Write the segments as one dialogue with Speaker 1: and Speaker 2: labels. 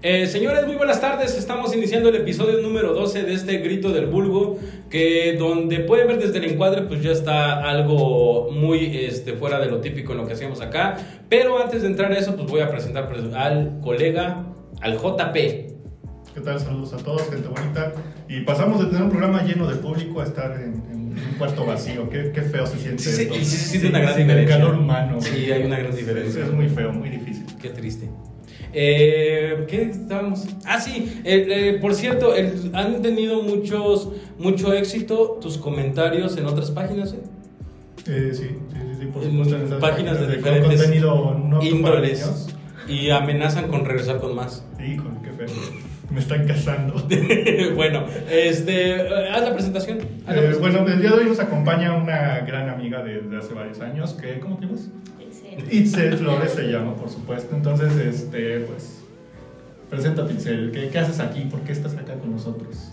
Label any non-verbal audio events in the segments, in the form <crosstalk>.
Speaker 1: Eh, señores, muy buenas tardes. Estamos iniciando el episodio número 12 de este Grito del Vulgo, que donde pueden ver desde el encuadre, pues ya está algo muy este, fuera de lo típico en lo que hacíamos acá. Pero antes de entrar a eso, pues voy a presentar pues, al colega, al JP.
Speaker 2: ¿Qué tal? Saludos a todos, gente bonita. Y pasamos de tener un programa lleno de público a estar en, en un cuarto vacío. Qué, qué feo se siente
Speaker 1: Sí, sí,
Speaker 2: esto.
Speaker 1: sí, sí, sí, una gran
Speaker 2: sin
Speaker 1: diferencia.
Speaker 2: El calor humano.
Speaker 1: Sí,
Speaker 2: güey.
Speaker 1: hay una gran diferencia.
Speaker 2: Es, es muy feo, muy difícil.
Speaker 1: Qué triste. Eh, ¿Qué estábamos? Ah, sí, eh, eh, por cierto, el- han tenido muchos, mucho éxito tus comentarios en otras páginas. ¿eh?
Speaker 2: Eh, sí, sí, sí, sí, por
Speaker 1: En
Speaker 2: supuesto. en esas
Speaker 1: páginas de
Speaker 2: con
Speaker 1: diferentes
Speaker 2: contenido no apto para
Speaker 1: Índoles.
Speaker 2: niños.
Speaker 1: Y amenazan con regresar con más. <laughs>
Speaker 2: Híjole, qué feo. Me están casando.
Speaker 1: bueno, este, eh, haz la presentación. haz la
Speaker 2: Eh,
Speaker 1: presentación.
Speaker 2: bueno, el día de hoy nos acompaña una gran amiga de, de hace varios años, que, ¿cómo te llamas?
Speaker 3: Itzel.
Speaker 2: Itzel Flores se llama, por supuesto. Entonces, este, pues, preséntate, Itzel. ¿Qué, qué haces aquí? ¿Por qué estás acá con nosotros?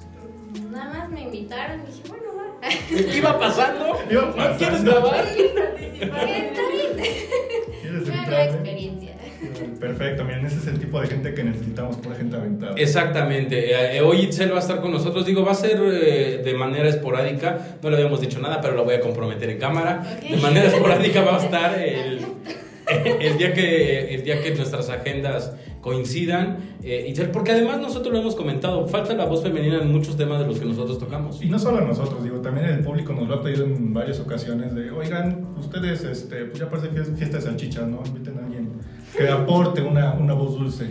Speaker 3: Nada más me invitaron y dije, bueno,
Speaker 4: <laughs>
Speaker 3: va.
Speaker 1: Iba pasando.
Speaker 2: Iba
Speaker 1: ¿No
Speaker 2: pasando.
Speaker 1: ¿Quieres grabar?
Speaker 3: Está bien.
Speaker 2: ¿Quieres
Speaker 3: Una nueva
Speaker 2: entrar, eh?
Speaker 3: experiencia.
Speaker 2: Perfecto, miren, ese es el tipo de gente que necesitamos, por gente aventada.
Speaker 1: Exactamente. eh, eh, hoy Itzel va a estar con nosotros. Digo, va a ser eh, de manera esporádica. No le habíamos dicho nada, pero la voy a comprometer en cámara.
Speaker 3: Ok.
Speaker 1: De manera esporádica va a estar el, eh, el día, que, el día que nuestras agendas coincidan. Eh, Itzel, porque además nosotros lo hemos comentado, falta la voz femenina en muchos temas de los que nosotros tocamos.
Speaker 2: Y no solo a nosotros, digo, también el público nos lo ha pedido en varias ocasiones de, oigan, ustedes, este, pues ya parece fies- fiesta de salchichas, ¿no? Inviten a alguien que aporte una, una voz dulce.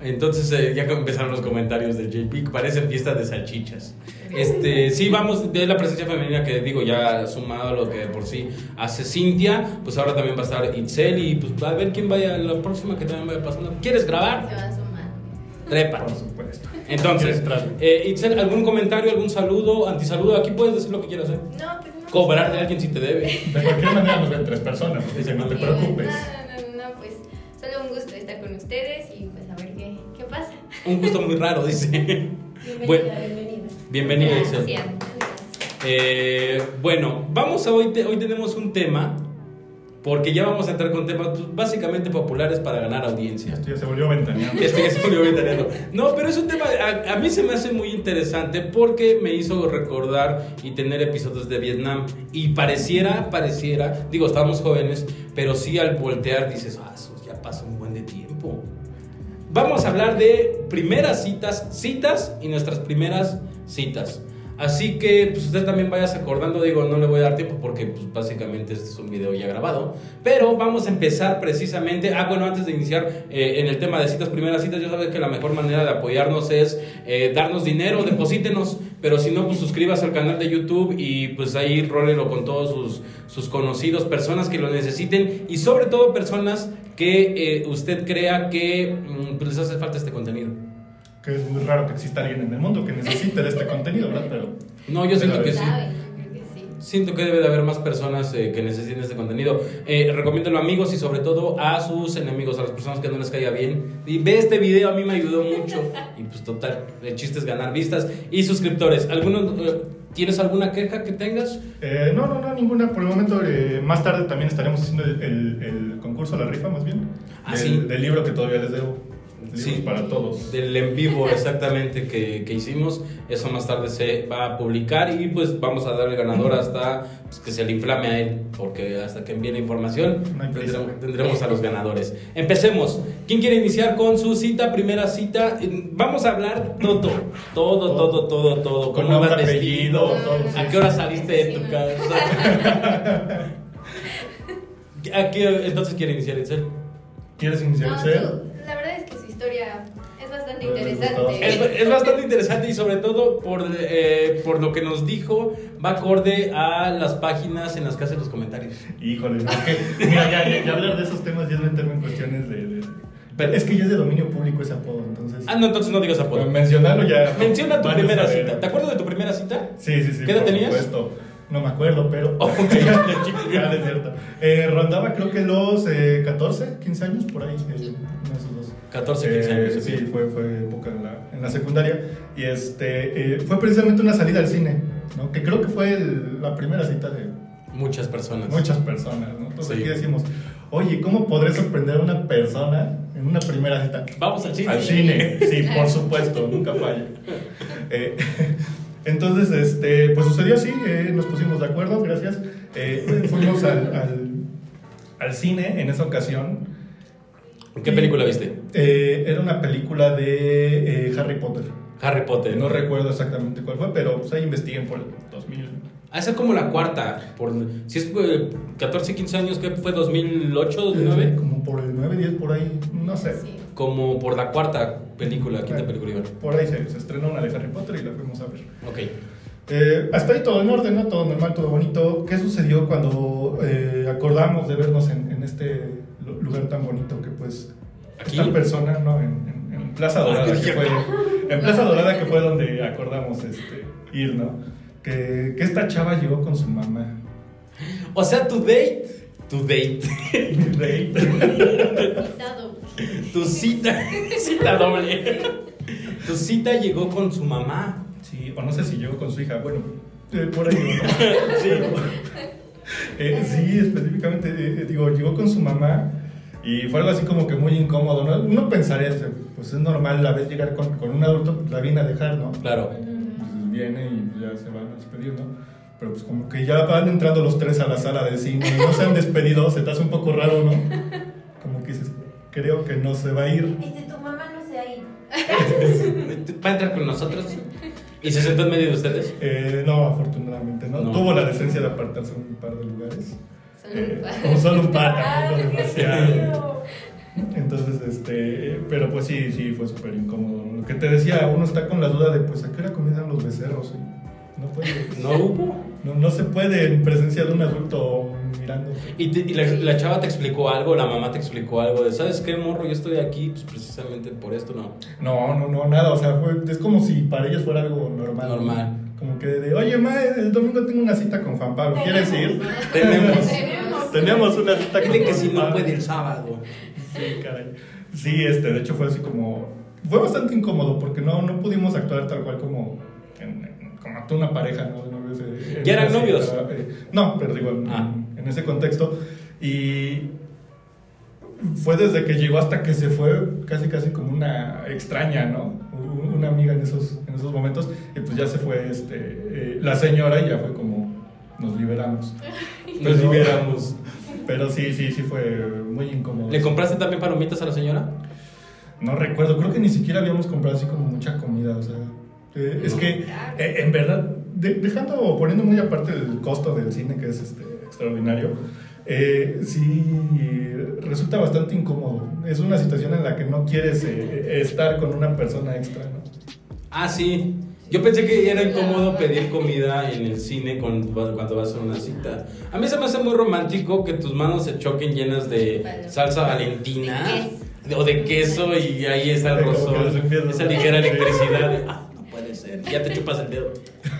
Speaker 1: Entonces eh, ya empezaron los comentarios del JP, parece fiesta de salchichas. Este, sí, vamos, de la presencia femenina que digo, ya sumado a lo que de por sí hace Cintia, pues ahora también va a estar Itzel y pues va a ver quién vaya, la próxima que también vaya pasando. ¿Quieres
Speaker 3: Se
Speaker 1: grabar?
Speaker 3: va sumando.
Speaker 1: Trepa.
Speaker 2: Por supuesto.
Speaker 1: Entonces,
Speaker 2: ¿Quieres trago?
Speaker 1: eh, Itzel, ¿algún comentario, algún saludo, antisaludo? Aquí puedes decir lo que quieras, ¿eh?
Speaker 3: No, pues no.
Speaker 1: Cobrarle a alguien si te debe.
Speaker 2: De cualquier manera nos ven tres personas, así que no te
Speaker 3: Sí,
Speaker 2: preocupes.
Speaker 3: No, no, no, pues solo un gusto estar con ustedes y pues a ver qué, qué pasa.
Speaker 1: Un gusto muy raro, dice.
Speaker 3: Bienvenida,
Speaker 1: Bueno.
Speaker 3: bienvenida.
Speaker 1: Bienvenida, Itzel.
Speaker 3: Gracias.
Speaker 1: Eh, bueno, vamos a hoy, te- hoy tenemos un tema, porque ya vamos a entrar con temas pues, básicamente populares para ganar audiencia.
Speaker 2: Esto ya se volvió
Speaker 1: <laughs>
Speaker 2: ventaneando.
Speaker 1: Este que se me olvidó ventaneando. No, pero es un tema, a, a mí se me hace muy interesante porque me hizo recordar y tener episodios de Vietnam. Y pareciera, pareciera, digo, estábamos jóvenes, pero sí al voltear dices, ah, eso ya pasó un buen de tiempo. Vamos a hablar de primeras citas, citas y nuestras primeras citas. Así que pues usted también vayas acordando, digo, no le voy a dar tiempo porque pues, básicamente este es un video ya grabado, pero vamos a empezar precisamente, ah bueno, antes de iniciar eh, en el tema de citas, primeras citas, ya sabes que la mejor manera de apoyarnos es eh, darnos dinero, deposítenos, pero si no, pues suscríbase al canal de YouTube y pues ahí rólelo con todos sus, sus conocidos, personas que lo necesiten y sobre todo personas que eh, usted crea que mm, pues, les hace falta este contenido.
Speaker 2: Que es muy raro que exista alguien en el mundo que necesite de este contenido, ¿verdad? Pero
Speaker 1: No, yo siento que sí.
Speaker 3: Saben, yo creo que sí.
Speaker 1: Siento que debe de haber más personas eh, que necesiten este contenido. Eh, recomiéndelo a amigos y sobre todo a sus enemigos, a las personas que no les caiga bien. Y ve este video, a mí me ayudó mucho. Y pues total, el chiste es ganar vistas y suscriptores. ¿Alguno, eh, ¿Tienes alguna queja que tengas?
Speaker 2: Eh, no, no, no, ninguna. Por el momento, eh, más tarde también estaremos haciendo el, el- el concurso, la rifa más bien.
Speaker 1: Ah,
Speaker 2: del,
Speaker 1: sí.
Speaker 2: del libro que todavía les debo. Libros
Speaker 1: Sí.
Speaker 2: para todos.
Speaker 1: Del en vivo exactamente que, que hicimos. Eso más tarde se va a publicar y pues vamos a darle ganador hasta pues, que se le inflame a él. Porque hasta que envíe la información
Speaker 2: No hay prisa.
Speaker 1: tendremos, tendremos a los ganadores. Empecemos. ¿Quién quiere iniciar con su cita? Primera cita. Eh, Vamos a hablar todo. Todo, todo, todo, todo.
Speaker 2: Con
Speaker 1: ¿Cómo
Speaker 2: nombre,
Speaker 1: vas vestido?
Speaker 2: apellido, todo.
Speaker 1: ¿A qué hora saliste de tu casa?
Speaker 2: <laughs>
Speaker 1: ¿A qué- entonces quiere iniciar Itzel?
Speaker 2: ¿Quieres iniciar
Speaker 3: No,
Speaker 2: el
Speaker 3: tú,
Speaker 2: cero?
Speaker 3: la verdad es que su historia es bastante
Speaker 2: Eh,
Speaker 3: interesante.
Speaker 1: Es, es bastante interesante y sobre todo por, eh, por lo que nos dijo, va acorde a las páginas en las que hace los comentarios.
Speaker 2: Híjole, no, es que, mira, ya, ya, ya hablar de esos temas ya es meterme en cuestiones de. de-
Speaker 1: Pero-
Speaker 2: es que ya es de dominio público ese apodo, entonces.
Speaker 1: Ah, no, entonces no digas
Speaker 2: Pues
Speaker 1: apodo.
Speaker 2: mencionarlo ya.
Speaker 1: Menciona tu
Speaker 2: van a
Speaker 1: primera
Speaker 2: saber.
Speaker 1: cita. ¿Te acuerdas de tu primera cita?
Speaker 2: Sí, sí, sí.
Speaker 1: ¿Qué edad
Speaker 2: por
Speaker 1: tenías?
Speaker 2: Supuesto. No me acuerdo, pero.
Speaker 1: Oh, ok.
Speaker 2: Ya, no es cierto. Eh, rondaba creo que los eh, 14, 15 años por ahí. eh, uno de esos dos.
Speaker 1: 14, 15 años,
Speaker 2: Eh, sí,
Speaker 1: ok.
Speaker 2: fue, fue época en la, en la secundaria. Y este, eh, fue precisamente una salida al cine, ¿no? que creo que fue el- la primera cita de
Speaker 1: Muchas personas.
Speaker 2: muchas personas. ¿no? Entonces
Speaker 1: Sí.
Speaker 2: aquí decimos, Oye, ¿cómo podré sorprender a una persona en una primera cita?
Speaker 1: Vamos al cine.
Speaker 2: Al cine, sí, por supuesto, nunca falla. Eh, <laughs> entonces, este, pues sucedió así, eh, nos pusimos de acuerdo, gracias. Eh, fuimos al, al, al cine en esa ocasión.
Speaker 1: ¿Qué película viste?
Speaker 2: Eh, era una película de eh, Harry Potter. Eh,
Speaker 1: Harry Potter.
Speaker 2: No recuerdo exactamente cuál fue, pero pues, ahí investiguen por el 2000.
Speaker 1: Ah, esa es como la cuarta. Por, si es eh, 14, 15 años, ¿qué fue? ¿2008, 2009?
Speaker 2: Eh, Como por el 9, 10, por ahí, no sé.
Speaker 3: Sí.
Speaker 1: Como por la cuarta película, quinta
Speaker 2: Bueno,
Speaker 1: película. iba.
Speaker 2: Por ahí se, se estrenó una de Harry Potter y la fuimos a ver.
Speaker 1: Ok.
Speaker 2: Eh, hasta ahí todo en orden, ¿no? Todo normal, todo bonito. ¿Qué sucedió cuando eh, acordamos de vernos en, en este lu- lugar tan bonito que pues
Speaker 1: Aquí.
Speaker 2: esta persona, ¿no? En, en- en Plaza
Speaker 1: Ah, <laughs>
Speaker 2: Dorada,
Speaker 1: yo
Speaker 2: que
Speaker 1: dije,
Speaker 2: fue, en Plaza Dorada que fue donde acordamos este, ir, ¿no? Que, que esta chava llegó con
Speaker 1: <laughs>
Speaker 2: su mamá.
Speaker 1: O sea, tu date. Tu date.
Speaker 3: Pisado.
Speaker 1: Tu cita. <laughs> cita doble. Tu cita llegó con su mamá.
Speaker 2: Sí, o no sé si llegó con su hija, bueno, eh, por ahí. ¿no?
Speaker 1: Sí.
Speaker 2: <laughs> Eh, sí, específicamente, eh, eh, digo, llegó con su mamá y fue algo así como que muy incómodo, ¿no? Uno pensaría, dice, pues es normal la vez llegar con, con un adulto, pues la viene a dejar, ¿no?
Speaker 1: Claro.
Speaker 2: Entonces viene y ya se van a despedir, ¿no? Pero pues como que ya van entrando los tres a la sala del cine, y no se han despedido, se te hace un poco raro, ¿no? Como que dices, creo que no se va a ir.
Speaker 4: Dice, Este, tu mamá no se ha ido.
Speaker 1: ¿Va a entrar con nosotros? ¿Y se sentó en medio de ustedes?
Speaker 2: Eh, no, afortunadamente, ¿no?
Speaker 1: No.
Speaker 2: Tuvo la decencia de apartarse un par de lugares.
Speaker 3: Solo un par.
Speaker 2: Eh, o solo un par,
Speaker 3: Ah,
Speaker 4: Ay,
Speaker 2: tampoco
Speaker 4: qué
Speaker 2: demasiado.
Speaker 4: feo.
Speaker 2: Entonces, este, eh, pero pues sí, sí, fue súper incómodo. ¿no? Lo que te decía, uno está con la duda de, pues, ¿a qué hora comienzan los becerros? Y No puede,
Speaker 1: No hubo.
Speaker 2: no, no se puede en presencia de un adulto mirando.
Speaker 1: Y, te- y la, la chava te explicó algo, la mamá te explicó algo de, ¿sabes qué, morro? Yo estoy aquí pues, precisamente por esto, ¿no?
Speaker 2: No, no, no, nada, o sea, fue- es como si para ellos fuera algo normal.
Speaker 1: Normal.
Speaker 2: Como que de, oye, ma, el domingo tengo una cita con Juan Pablo, ¿quieres ir?
Speaker 1: Tenemos.
Speaker 3: Tenemos.
Speaker 2: Tenemos una cita con
Speaker 1: Dile que
Speaker 2: Juan
Speaker 1: si no
Speaker 2: Pablo.
Speaker 1: puede el sábado.
Speaker 2: Sí, caray. Sí, este, de hecho fue así como. Fue bastante incómodo porque no, no pudimos actuar tal cual como. en- en- como actuó una pareja, ¿no? De novios, eh, en
Speaker 1: ¿Ya eran
Speaker 2: una
Speaker 1: novios?
Speaker 2: cita, eh, no, pero digo, en,
Speaker 1: Ah.
Speaker 2: en ese contexto. Y. Fue desde que llegó hasta que se fue, casi casi como una extraña, ¿no? U- Una amiga en esos, en esos momentos. Y pues ya se fue este, eh, la señora y ya fue como nos liberamos.
Speaker 1: Nos
Speaker 2: Pero-
Speaker 1: liberamos.
Speaker 2: Pero sí, sí, sí fue muy incómodo.
Speaker 1: ¿Le compraste también palomitas a la señora?
Speaker 2: No recuerdo, creo que ni siquiera habíamos comprado así como mucha comida, o sea. eh, Es
Speaker 1: No.
Speaker 2: que, eh, en verdad, de- dejando o poniendo muy aparte el costo del cine, que es este, extraordinario, eh, sí resulta bastante incómodo. Es una situación en la que no quieres eh, estar con una persona extra, ¿no?
Speaker 1: Ah, sí. Yo pensé que era incómodo pedir comida en el cine con- cuando vas a una cita. A mí se me hace muy romántico que tus manos se choquen llenas de salsa valentina
Speaker 3: De queso.
Speaker 1: o de queso y ahí está el
Speaker 2: Como que
Speaker 1: rosón,
Speaker 2: los empiezas-
Speaker 1: esa ligera
Speaker 2: Sí.
Speaker 1: electricidad. Ah, no puede ser. Ya te chupas el dedo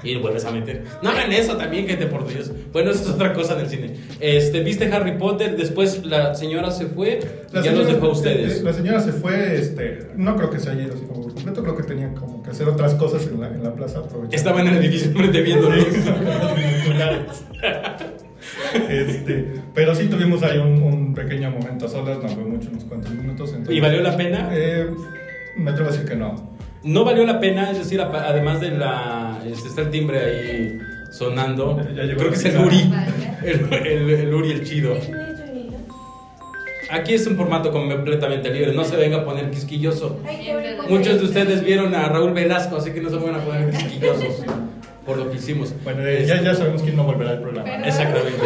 Speaker 1: y lo vuelves a meter. No hagan eso también, gente, por Dios. Bueno, eso es otra cosa del cine. Este, viste Harry Potter, después la señora se fue
Speaker 2: La
Speaker 1: y ya los
Speaker 2: señora-
Speaker 1: dejó a
Speaker 2: eh,
Speaker 1: ustedes.
Speaker 2: La señora se fue, este, no creo que se haya ido así como por completo, creo que tenía como que hacer otras cosas en la, en la plaza. aprovechando.
Speaker 1: Estaban en el edificio frente viéndolos.
Speaker 2: Este, pero sí tuvimos ahí un, un pequeño momento a solas, no fue mucho, unos cuantos minutos. entonces-
Speaker 1: ¿Y valió la pena?
Speaker 2: Eh, me atrevo a decir que no.
Speaker 1: No valió la pena, es decir, apa- además de la. este, Está el timbre ahí sonando.
Speaker 2: Ya- ya llegó
Speaker 1: Creo que
Speaker 2: la
Speaker 1: es el
Speaker 2: pizza.
Speaker 1: Uri. El, el- el Uri, el chido. Aquí es un formato completamente libre, no se venga a poner quisquilloso.
Speaker 4: Ay, qué bonito.
Speaker 1: Muchos de ustedes vieron a Raúl Velasco, así que no se van a poner quisquillosos por lo que hicimos.
Speaker 2: Bueno, eh,
Speaker 1: Este.
Speaker 2: ya, ya sabemos quién no volverá al programa.
Speaker 3: Pero-
Speaker 1: Exactamente.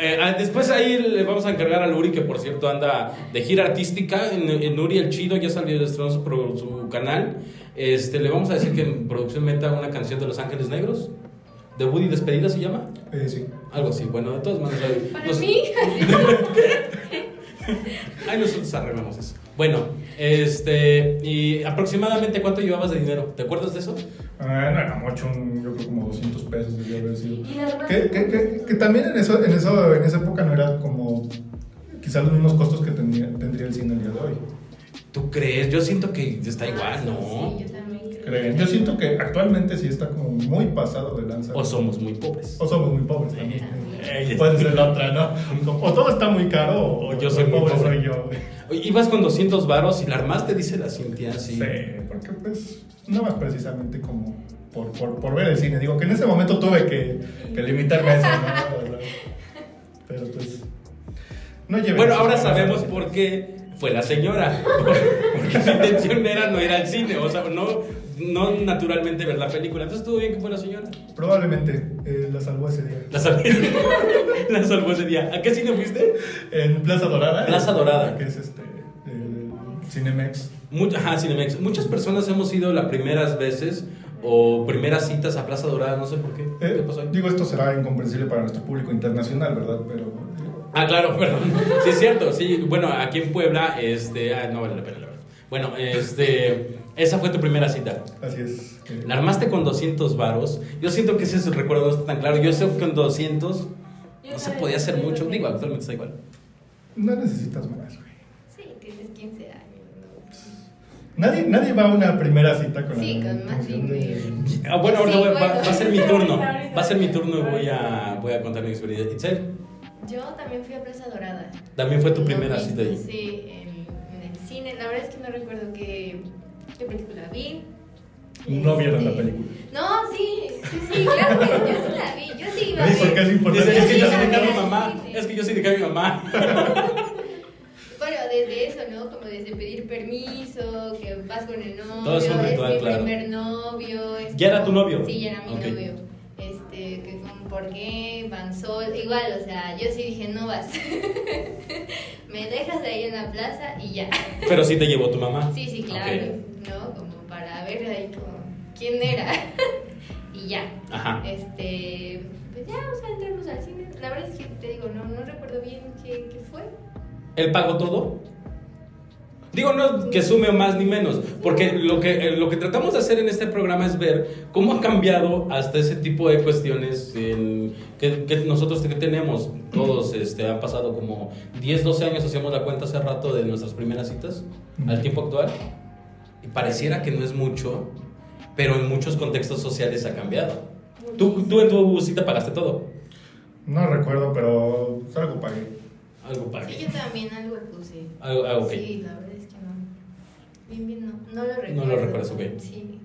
Speaker 1: Eh, ah, después ahí le vamos a encargar al Uri, que por cierto anda de gira artística en, en Uri el Chido, ya salió de estreno su, pro- su canal. Este, le vamos a decir que en producción meta una canción de Los Ángeles Negros, de Woody Despedida se llama,
Speaker 2: Eh, sí.
Speaker 1: algo así. Bueno, de todas maneras, ahí
Speaker 3: Para
Speaker 1: nos-
Speaker 3: mí.
Speaker 1: ahí nosotros arreglamos eso. Bueno, este, y aproximadamente cuánto llevabas de dinero, ¿te acuerdas de eso?
Speaker 2: Ah, no era mucho, un- yo creo como 200 pesos debió haber sido.
Speaker 4: Y las demás-
Speaker 2: Que, que- que- que también en, eso, en, eso, en esa época no era como quizás los mismos costos que tendría, tendría el cine el día de hoy.
Speaker 1: ¿Tú crees? Yo siento que está igual, ¿no?
Speaker 3: Ah, Sí, yo también creo.
Speaker 2: creen. Yo siento que actualmente sí está como muy pasado de lanza.
Speaker 1: O somos muy pobres.
Speaker 2: O somos muy pobres también.
Speaker 3: También.
Speaker 1: Ey,
Speaker 2: Puede ser la otra, ¿no? O todo está muy caro o,
Speaker 1: O yo soy muy
Speaker 2: pobre.
Speaker 1: pobre.
Speaker 2: Soy yo.
Speaker 1: Ibas con 200 varos y la armaste, dice la Cintia, sí.
Speaker 2: Sí, porque pues no más precisamente como por, por, por ver el cine. Digo que en ese momento tuve que, que limitarme a eso. ¿no? La verdad. Pero pues no llevé.
Speaker 1: Bueno, ahora sabemos por qué fue la señora. <laughs> Porque su intención era no ir al cine, o sea, no, no naturalmente ver la película. Entonces estuvo bien que fue la señora.
Speaker 2: Probablemente eh, la salvó ese día.
Speaker 1: La, sal- <laughs> la salvó ese día. ¿A qué cine fuiste?
Speaker 2: En Plaza Dorada.
Speaker 1: Plaza
Speaker 2: eh,
Speaker 1: Dorada.
Speaker 2: Que es este. el Cinemex.
Speaker 1: Mucha, ajá, Cinemex. Muchas personas hemos ido las primeras veces o primeras citas a Plaza Dorada, no sé por qué.
Speaker 2: Eh,
Speaker 1: ¿Qué pasó ahí?
Speaker 2: digo, esto será incomprensible para nuestro público internacional, ¿verdad? Pero. digo,
Speaker 1: Ah, claro, <laughs> perdón. Sí, es cierto, sí. Bueno, aquí en Puebla, este. ah, no vale la pena, la verdad. Bueno, este. Esa fue tu primera cita.
Speaker 2: Así es. que-
Speaker 1: La armaste con 200 varos. Yo siento que ese recuerdo no está tan claro. Yo sé que con 200 no se podía hacer mucho. Digo, actualmente está igual.
Speaker 2: No necesitas más, güey.
Speaker 3: Sí, tienes 15 años. ¿no?
Speaker 2: Nadie, nadie va a una primera cita con
Speaker 3: Sí,
Speaker 2: la
Speaker 3: con más
Speaker 2: intención
Speaker 3: dinero.
Speaker 1: Ah, bueno, ahorita
Speaker 3: Sí,
Speaker 1: voy a- va,
Speaker 3: bueno.
Speaker 1: va a
Speaker 3: <laughs>
Speaker 1: ser mi turno. Va a ser mi turno y voy a, voy a contar mi experiencia. Itzel,
Speaker 3: Yo también fui a Plaza Dorada.
Speaker 1: también fue tu
Speaker 3: Lo
Speaker 1: primera
Speaker 3: mismo,
Speaker 1: cita ahí.
Speaker 3: Sí, en, en el cine. La verdad es que no recuerdo qué, qué película vi.
Speaker 2: No vieron la
Speaker 3: Este,
Speaker 2: película.
Speaker 3: No, sí, sí, sí, claro que yo sí la vi. Yo sí iba a
Speaker 2: ¿Ves por qué es
Speaker 3: ver.
Speaker 2: importante?
Speaker 1: Dice, es que yo soy
Speaker 3: sí,
Speaker 1: de acá a mi
Speaker 3: sí,
Speaker 1: mamá.
Speaker 3: sí.
Speaker 1: Es que yo soy de acá a mi mamá. <laughs>
Speaker 3: Bueno, desde eso, ¿no? Como desde pedir permiso, que vas con el novio,
Speaker 1: Todo es un ritual,
Speaker 3: mi
Speaker 1: claro.
Speaker 3: primer novio. es
Speaker 1: ¿Ya era
Speaker 3: como-
Speaker 1: tu novio?
Speaker 3: Sí, ya era mi
Speaker 1: Ok.
Speaker 3: novio. Este, que como, ¿por qué? Van sol, igual, o sea, yo sí dije, no vas. <laughs> Me dejas ahí en la plaza y ya.
Speaker 1: Pero sí te llevó tu mamá.
Speaker 3: Sí, sí, claro,
Speaker 1: Ok.
Speaker 3: ¿no? Como para ver ahí como, quién era. <laughs> y ya.
Speaker 1: Ajá.
Speaker 3: Este, pues ya, o sea, entramos al cine. La verdad es que te digo, no, no recuerdo bien qué, qué fue.
Speaker 1: ¿Él pagó todo? Digo, no que sume más ni menos, porque lo que, eh, lo que tratamos de hacer en este programa es ver cómo ha cambiado hasta ese tipo de cuestiones en- que, que nosotros que tenemos. Todos este, han pasado como 10, 12 años, hacíamos la cuenta hace rato de nuestras primeras citas al tiempo actual. Y pareciera que no es mucho, pero en muchos contextos sociales ha cambiado. Tú, tú en tu cita pagaste todo.
Speaker 2: No recuerdo, pero pues, algo pagué.
Speaker 1: Algo
Speaker 3: Sí,
Speaker 1: pagué.
Speaker 3: yo también algo puse.
Speaker 1: Algo, ah, ok.
Speaker 3: Sí, la verdad es que no. Bien, bien, no. No lo recuerdo.
Speaker 1: No lo recuerdas, ok.
Speaker 3: Sí.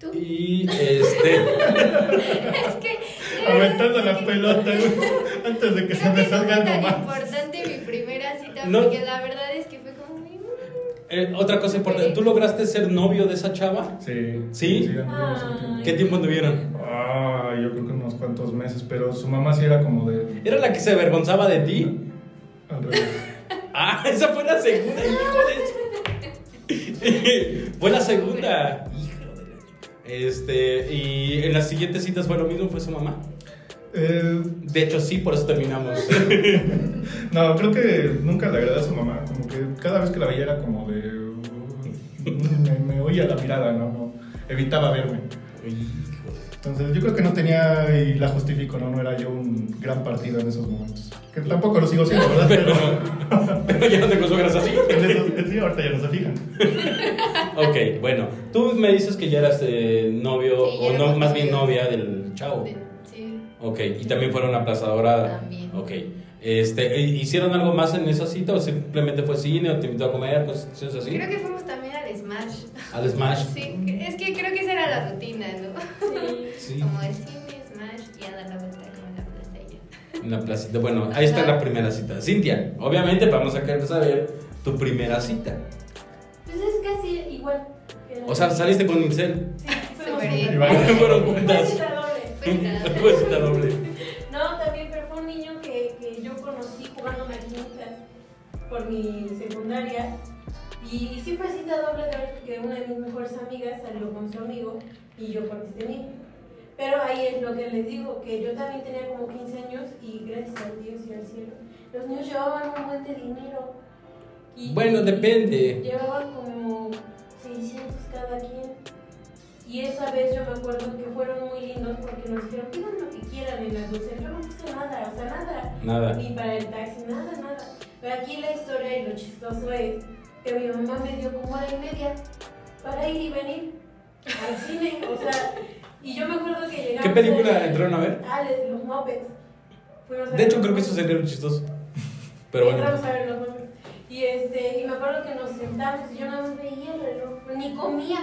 Speaker 3: ¿Tú? <laughs>
Speaker 1: Y este...
Speaker 3: es que.
Speaker 2: Aventando la
Speaker 3: Creo
Speaker 2: pelota güey, antes de que se me
Speaker 3: que no fue
Speaker 2: salga
Speaker 3: tan
Speaker 2: algo más.
Speaker 3: importante mi primera cita
Speaker 1: No.
Speaker 3: porque la verdad es que fue como. "Ay,
Speaker 1: Eh, otra cosa importante, ¿tú lograste ser novio de esa chava?
Speaker 2: Sí.
Speaker 1: ¿Sí?
Speaker 2: anduvimos un tiempo.
Speaker 1: ¿Qué tiempo anduvieron?
Speaker 2: Ah, yo creo que unos cuantos meses, pero su mamá sí era como de.
Speaker 1: ¿Era la que se avergonzaba de ti?
Speaker 2: Al revés.
Speaker 1: Ah, <laughs> esa fue la segunda, hijo de... <laughs> fue la segunda. Hijo de la- Este, y en las siguientes citas fue lo mismo, fue su mamá.
Speaker 2: Eh,
Speaker 1: De hecho, sí, por eso terminamos. <laughs>
Speaker 2: no, creo que nunca le agradé a su mamá. Como que cada vez que la veía era como de. "Mm, Me, me oía la mirada, ¿no? no evitaba verme. Entonces, yo creo que no tenía, y la justifico, ¿no? No era yo un gran partido en esos momentos. Que tampoco lo sigo siendo, ¿verdad?
Speaker 1: Pero, pero ya no te consagras así.
Speaker 2: en esos- sí, ahorita ya no se fijan.
Speaker 1: Ok, bueno, tú me dices que ya eras eh, novio,
Speaker 3: Sí, ya
Speaker 1: o no,
Speaker 3: éramos
Speaker 1: más bien novia
Speaker 3: novios.
Speaker 1: del chavo.
Speaker 3: de- Sí.
Speaker 1: Ok, y también fueron a Plaza Dorada.
Speaker 3: También.
Speaker 1: Ok. Este, ¿hi- ¿Hicieron algo más en esa cita o simplemente fue cine o te invitó a comer? Cosas cosas así.
Speaker 3: Creo que fuimos también al Smash.
Speaker 1: Al Smash.
Speaker 3: Sí, es que creo que esa era la rutina, ¿no?
Speaker 1: Sí.
Speaker 3: Como el cine, Smash y a dar la vuelta como en la plaza y ya.
Speaker 1: En la placita. Bueno, ahí está
Speaker 3: Ajá.
Speaker 1: la primera cita. Cintia, obviamente vamos a querer saber tu primera cita.
Speaker 4: Pues es casi igual. que la-
Speaker 1: O <laughs> sea, saliste con Incel.
Speaker 4: Sí, fuimos
Speaker 3: Súper
Speaker 4: juntas.
Speaker 2: bien. <laughs> Iván.
Speaker 1: fueron
Speaker 4: Fue
Speaker 1: juntas.
Speaker 4: cita doble.
Speaker 3: Fue
Speaker 1: <laughs>
Speaker 3: nada.
Speaker 1: Fue cita doble.
Speaker 4: No, también, pero fue un niño que, que yo conocí jugando maquinitas por mi secundaria. Y sí fue cita doble de ver que una de mis mejores amigas salió con su amigo y yo con este niño. Pero ahí es lo que les digo, que yo también tenía como 15 años y gracias a Dios y al cielo, los niños llevaban un buen de dinero. Y-
Speaker 1: Bueno, depende.
Speaker 4: Llevaban como 600 cada quien. Y esa vez yo me acuerdo que fueron muy lindos porque nos dijeron, pidan lo que quieran en las dulces. Yo no puse nada, o sea, nada.
Speaker 1: Nada.
Speaker 4: Ni para el taxi, nada, nada. Pero aquí la historia y lo chistoso es que mi mamá me dio como hora y media para ir y venir al cine. O sea, y yo me acuerdo que llegamos.
Speaker 1: ¿Qué película
Speaker 4: de-
Speaker 1: entraron a ver?
Speaker 4: Ah, de los Muppets. Fuimos a
Speaker 1: De
Speaker 4: ver
Speaker 1: hecho,
Speaker 4: los
Speaker 1: creo que
Speaker 4: Muppets.
Speaker 1: eso sería lo chistoso. Pero bueno.
Speaker 4: <laughs> Entramos a ver los Muppets. Y, este, y me acuerdo que nos sentamos y yo nada más veía el reloj, ni comía.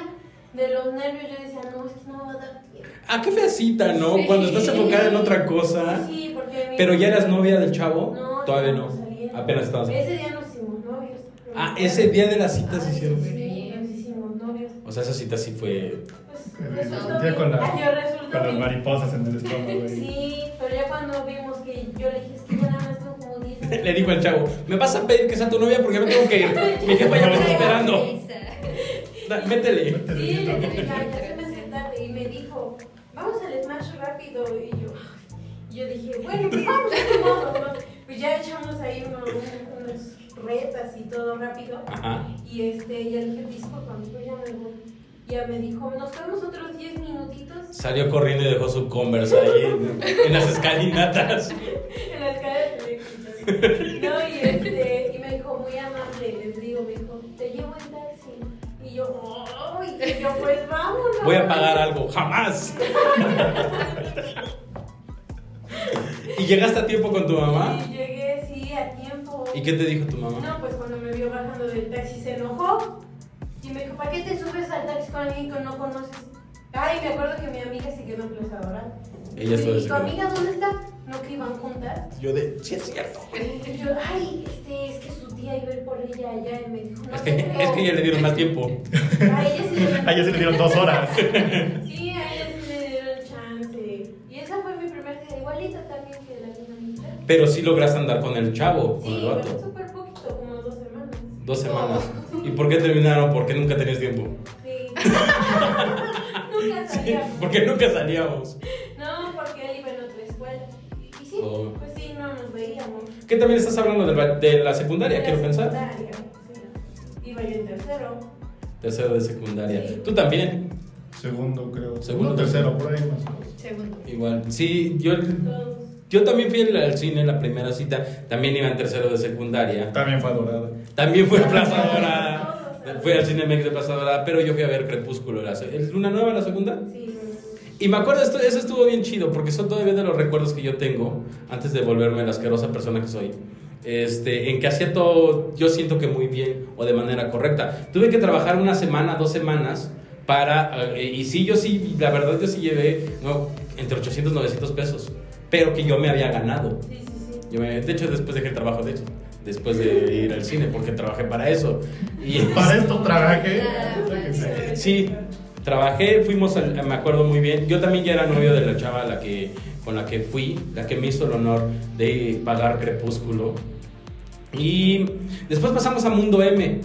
Speaker 4: De los nervios yo decía, no, es que no va a dar tiempo.
Speaker 1: Ah, qué feacita, ¿no?
Speaker 3: Sí.
Speaker 1: Cuando estás enfocada en otra cosa.
Speaker 4: Sí, porque... mi-
Speaker 1: Pero ya eras novia del chavo.
Speaker 4: No,
Speaker 1: Todavía
Speaker 4: no,
Speaker 1: no.
Speaker 4: salía.
Speaker 1: Apenas estabas.
Speaker 4: Ese día nos hicimos novios.
Speaker 1: Ah, ese día de las citas
Speaker 4: Ay,
Speaker 1: hicieron.
Speaker 4: Sí, nos hicimos novios.
Speaker 1: O sea, esa cita sí fue.
Speaker 4: Pues
Speaker 2: Que
Speaker 4: resultó
Speaker 2: ya
Speaker 4: que-
Speaker 2: con la-
Speaker 4: ah, yo resultó
Speaker 2: Con las
Speaker 4: que-
Speaker 2: mariposas en el estómago. Y...
Speaker 4: Sí, pero ya cuando vimos que yo le dije, es que yo nada más tengo como
Speaker 2: <laughs>
Speaker 4: 10 minutos".
Speaker 1: Le dijo al chavo: Me vas a pedir que sea tu novia porque me tengo que
Speaker 4: <laughs>
Speaker 1: ir. Mi jefa ya me está esperando. Da- Métele.
Speaker 4: Sí, le dije, "Ay, ya se me hace tarde", Y me dijo, vamos al Smash rápido. Y yo, "Ay". Y yo dije, bueno, pues vamos, vamos, vamos". Pues ya echamos ahí uno- un- unas retas y todo rápido.
Speaker 1: Ajá.
Speaker 4: Y este, ya le dije, disculpa, yo ya me voy. Ya me dijo, nos quedamos otros 10 minutitos
Speaker 1: Salió corriendo y dejó su converse ahí en, en las escalinatas.
Speaker 4: en las caras eléctricas. No, y este, y me dijo, muy amable, les digo, me dijo, te llevo en taxi. Y yo, ¡ay! Y yo, pues vámonos.
Speaker 1: Voy a pagar
Speaker 4: <laughs>
Speaker 1: algo. ¡Jamás! ¿Y llegaste a tiempo con tu mamá?
Speaker 4: Y llegué, sí, a tiempo.
Speaker 1: ¿Y qué te dijo tu mamá?
Speaker 4: No, pues cuando me vio bajando del taxi se enojó y me dijo, ¿para qué te subes al taxi con alguien que no conoces? Ay, me acuerdo que mi amiga se quedó en Plaza Dorada.
Speaker 1: Ella
Speaker 4: Y
Speaker 1: estaba
Speaker 4: ¿Tu
Speaker 1: desesperada.
Speaker 4: amiga dónde está? No que iban juntas.
Speaker 1: Yo de. Sí, es cierto.
Speaker 4: Y yo, ay, este, es que su tía iba a ir por ella allá y me dijo, no
Speaker 1: Es que,
Speaker 4: te creo.
Speaker 1: es que ya le dieron más tiempo.
Speaker 4: A ella sí le
Speaker 2: <laughs>
Speaker 4: dieron-
Speaker 2: A ella se le dieron dos
Speaker 4: <laughs>
Speaker 2: horas.
Speaker 4: Sí, a ella sí le dieron chance. Y esa fue mi primer día, igualita también que la misma amistad.
Speaker 1: Pero sí lograste andar con el chavo, con el
Speaker 4: Sí, pero
Speaker 1: vato.
Speaker 4: súper poquito, como dos semanas.
Speaker 1: Dos semanas. ¿Y por qué terminaron? Porque nunca tenías tiempo.
Speaker 4: Sí.
Speaker 1: <laughs>
Speaker 4: <laughs> Nunca salíamos.
Speaker 1: Porque nunca salíamos.
Speaker 4: No, porque él iba en otra escuela. Y sí,
Speaker 1: Oh.
Speaker 4: pues sí, no nos veíamos.
Speaker 1: Que también estás hablando del ba- de la secundaria,
Speaker 4: Era
Speaker 1: quiero pensar.
Speaker 4: secundaria, sí. Iba yo en tercero.
Speaker 1: Tercero de secundaria.
Speaker 4: Sí.
Speaker 1: Tú también.
Speaker 2: Segundo, creo.
Speaker 1: Segundo.
Speaker 2: No, tercero, por ahí más. o menos.
Speaker 3: Segundo.
Speaker 1: Igual. Sí, yo,
Speaker 4: Todos.
Speaker 1: yo también fui al al cine en la primera cita. También iba en tercero de secundaria.
Speaker 2: También fue adorada.
Speaker 1: También fui a Plaza Dorada. Fui al cine Mex de Plaza Dorada, pero yo fui a ver Crepúsculo. La, se- ¿Es ¿Luna Nueva la segunda?
Speaker 4: Sí.
Speaker 1: Y me acuerdo, esto, eso estuvo bien chido, porque son todavía de los recuerdos que yo tengo, antes de volverme la asquerosa persona que soy, este, en que hacía todo, yo siento que muy bien o de manera correcta. Tuve que trabajar una semana, dos semanas, para, eh, y sí, yo sí, la verdad yo sí llevé no, entre 800 y 900 pesos, pero que yo me había ganado.
Speaker 4: Sí, sí, sí.
Speaker 1: Yo me- de hecho, después dejé el trabajo, de hecho, después de ir al cine, porque trabajé para eso. Y,
Speaker 2: Para esto trabajé.
Speaker 4: Ah, pues
Speaker 1: Sí, trabajé, fuimos, al- me acuerdo muy bien. Yo también ya era novio de la chava la que, con la que fui, la que me hizo el honor de pagar Crepúsculo. Y después pasamos a Mundo M,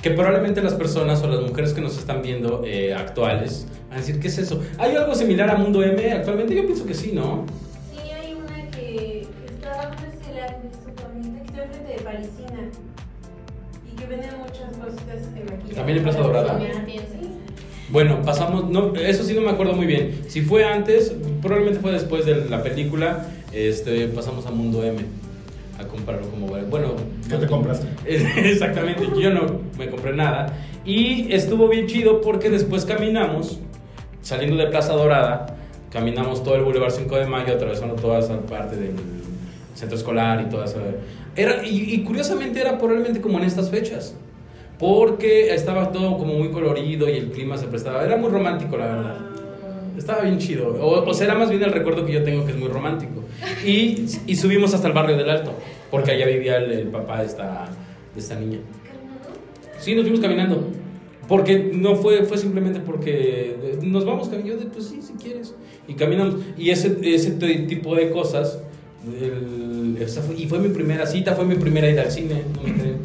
Speaker 1: que probablemente las personas o las mujeres que nos están viendo eh, actuales van a decir, ¿qué es eso? ¿Hay algo similar a Mundo M actualmente? Yo pienso que sí, ¿no?
Speaker 4: Sí, hay una que está, no sé si la has visto también, que está enfrente de Parisina. Y que venden muchas cositas de maquillaje.
Speaker 1: ¿También en Plaza Dorada?
Speaker 4: Sí.
Speaker 1: Bueno, pasamos, no, eso sí no me acuerdo muy bien. Si fue antes, probablemente fue después de la película, este, pasamos a Mundo M a comprarlo como bar- bueno.
Speaker 2: ¿Qué te compraste?
Speaker 1: <laughs> Exactamente, yo no me compré nada y estuvo bien chido porque después caminamos saliendo de Plaza Dorada, caminamos todo el Boulevard 5 de Mayo atravesando toda esa parte del centro escolar y toda esa era y, y curiosamente era probablemente como en estas fechas. Porque estaba todo como muy colorido y el clima se prestaba. Era muy romántico, la verdad. Estaba bien chido. O, o será más bien el recuerdo que yo tengo que es muy romántico. Y, y subimos hasta el barrio del Alto, porque allá vivía el, el papá de esta, de esta niña. Sí, nos fuimos caminando. Porque no fue, fue simplemente porque eh, nos vamos caminando. Yo de, pues sí, si quieres. Y caminamos. Y ese, ese t- tipo de cosas. el- esa fue- y fue mi primera cita, fue mi primera ida al cine, no me creen.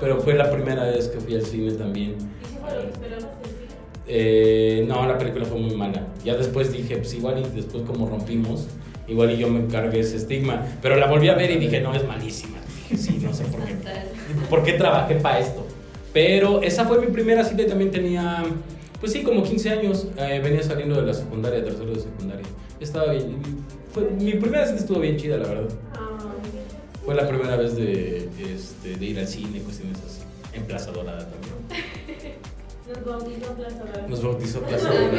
Speaker 1: Pero fue la primera vez que fui al cine también.
Speaker 4: Y sí fue lo que esperamos que sí.
Speaker 1: Eh, no, la película fue muy mala. Ya después dije, pues igual y después como rompimos, igual y yo me cargué ese estigma. Pero la volví a ver y dije, no, es malísima. Dije, sí, no sé por qué. ¿Por qué trabajé para esto? Pero esa fue mi primera cita y también tenía, pues sí, como 15 años. Eh, venía saliendo de la secundaria, tercero de secundaria. Estaba bien. Fue, mi primera cita estuvo bien chida, la verdad.
Speaker 4: Ah,
Speaker 1: Fue la primera vez de, este, de ir al cine, cuestiones así. En Plaza Dorada también.
Speaker 4: Nos bautizó Plaza Bravo.
Speaker 1: Nos bautizó Plaza
Speaker 3: Bravo.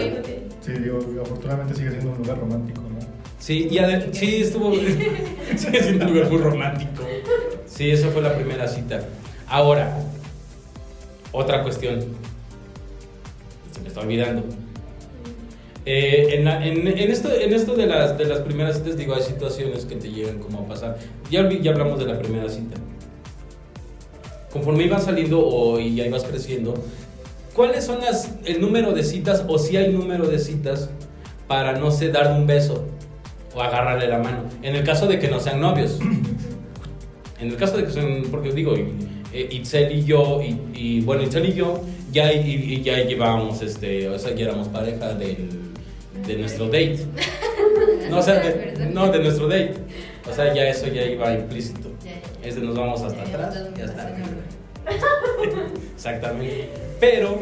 Speaker 2: Sí, digo, afortunadamente sigue siendo un lugar romántico, ¿no?
Speaker 1: Sí, y ade- sí, estuvo. sí, es un lugar muy romántico. Sí, esa fue la primera cita. Ahora, otra cuestión. Se me está olvidando. Eh, en, la- en- en esto, en esto de, las, de las primeras citas, digo, hay situaciones que te llegan como a pasar. Ya, olvi- ya hablamos de la primera cita. Conforme ibas saliendo o y ya ibas creciendo, ¿cuáles son las, el número de citas o si hay número de citas para, no sé, dar un beso o agarrarle la mano? En el caso de que no sean novios. En el caso de que sean, porque digo, y- eh, Itzel y yo, y, y, bueno, Itzel y yo ya, y- y ya llevábamos, este, o sea, ya éramos pareja del, de nuestro date. No, o sea, de, no, de nuestro date. O sea, ya eso ya iba implícito. Es de Este, nos vamos hasta atrás y hasta arriba. <laughs> Exactamente. Pero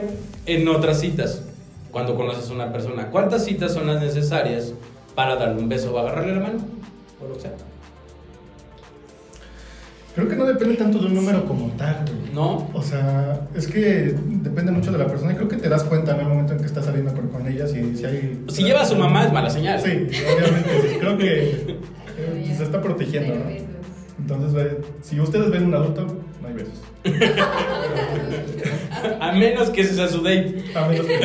Speaker 1: en otras citas, cuando conoces a una persona, ¿cuántas citas son las necesarias para darle un beso o agarrarle la mano? O lo que sea.
Speaker 2: Creo que no depende tanto de un número como tal, güey.
Speaker 1: No,
Speaker 2: O sea, es que depende mucho de la persona y creo que te das cuenta en el momento en que estás saliendo con, con ella si, si hay...
Speaker 1: Si lleva a su mamá es mala señal.
Speaker 2: Sí, obviamente, sí. creo que eh, se está protegiendo, ¿no?
Speaker 3: pues,
Speaker 2: Entonces, eh, si ustedes ven un adulto, no hay besos.
Speaker 1: <laughs> a menos que ese sea su date.
Speaker 2: A menos que-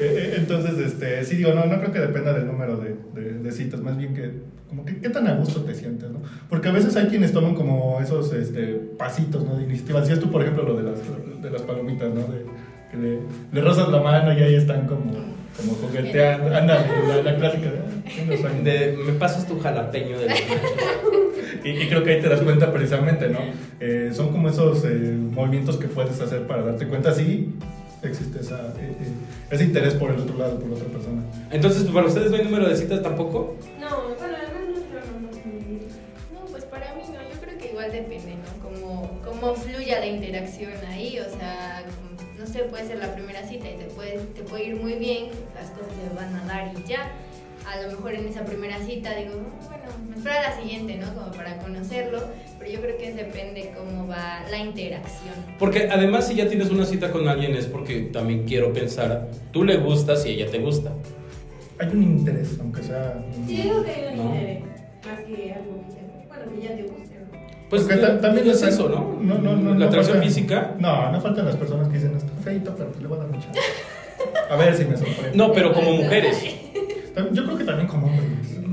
Speaker 2: Eh, eh, Entonces, este, sí digo, no, no creo que dependa del número de, de- de citas, más bien que, como que, qué tan a gusto te sientes, ¿no? Porque a veces hay quienes toman como esos, este, pasitos, ¿no? De iniciativa. Decías tú, por ejemplo, lo de las, de las palomitas, ¿no? De, que le, le rozas la mano y ahí están como, como jugueteando. Ándale, la, la clásica, "Ah, ¿no? Unos años.
Speaker 1: De, me pasas tu jalapeño de la
Speaker 2: Y, y creo que ahí te das cuenta precisamente, ¿no? Eh, son como esos eh, movimientos que puedes hacer para darte cuenta si existe esa, eh, eh, ese interés por el otro lado, por la otra persona.
Speaker 1: Entonces, para ustedes no hay número de citas tampoco.
Speaker 4: No, bueno, además no creo, no, no, no.
Speaker 3: No, pues para mí no, yo creo que igual depende, ¿no? Como, cómo fluya la interacción ahí, o sea, no sé, puede ser la primera cita y te puede, te puede ir muy bien, las cosas se van a dar y ya. A lo mejor en esa primera cita digo, "Mm, bueno, me espera la siguiente, ¿no? Como para conocerlo, pero yo creo que depende cómo va la interacción.
Speaker 1: Porque además, si ya tienes una cita con alguien, es porque también quiero pensar, tú le gustas y ella te gusta.
Speaker 2: Hay un interés, aunque sea...
Speaker 4: Sí, yo digo que hay un
Speaker 1: Mm, No.
Speaker 4: interés, más que algo que ya, bueno, que ya te guste, ¿no?
Speaker 1: Pues
Speaker 2: Porque ta-
Speaker 1: también es
Speaker 2: falta-
Speaker 1: eso, ¿no?
Speaker 2: No, no, no.
Speaker 1: La
Speaker 2: no
Speaker 1: atracción
Speaker 2: falta-
Speaker 1: física.
Speaker 2: No, no faltan las personas que dicen, está feito, pero pues le voy a dar mucha. A ver si me sorprende.
Speaker 1: No, pero como mujeres.
Speaker 2: Tam- Yo creo que también como hombre.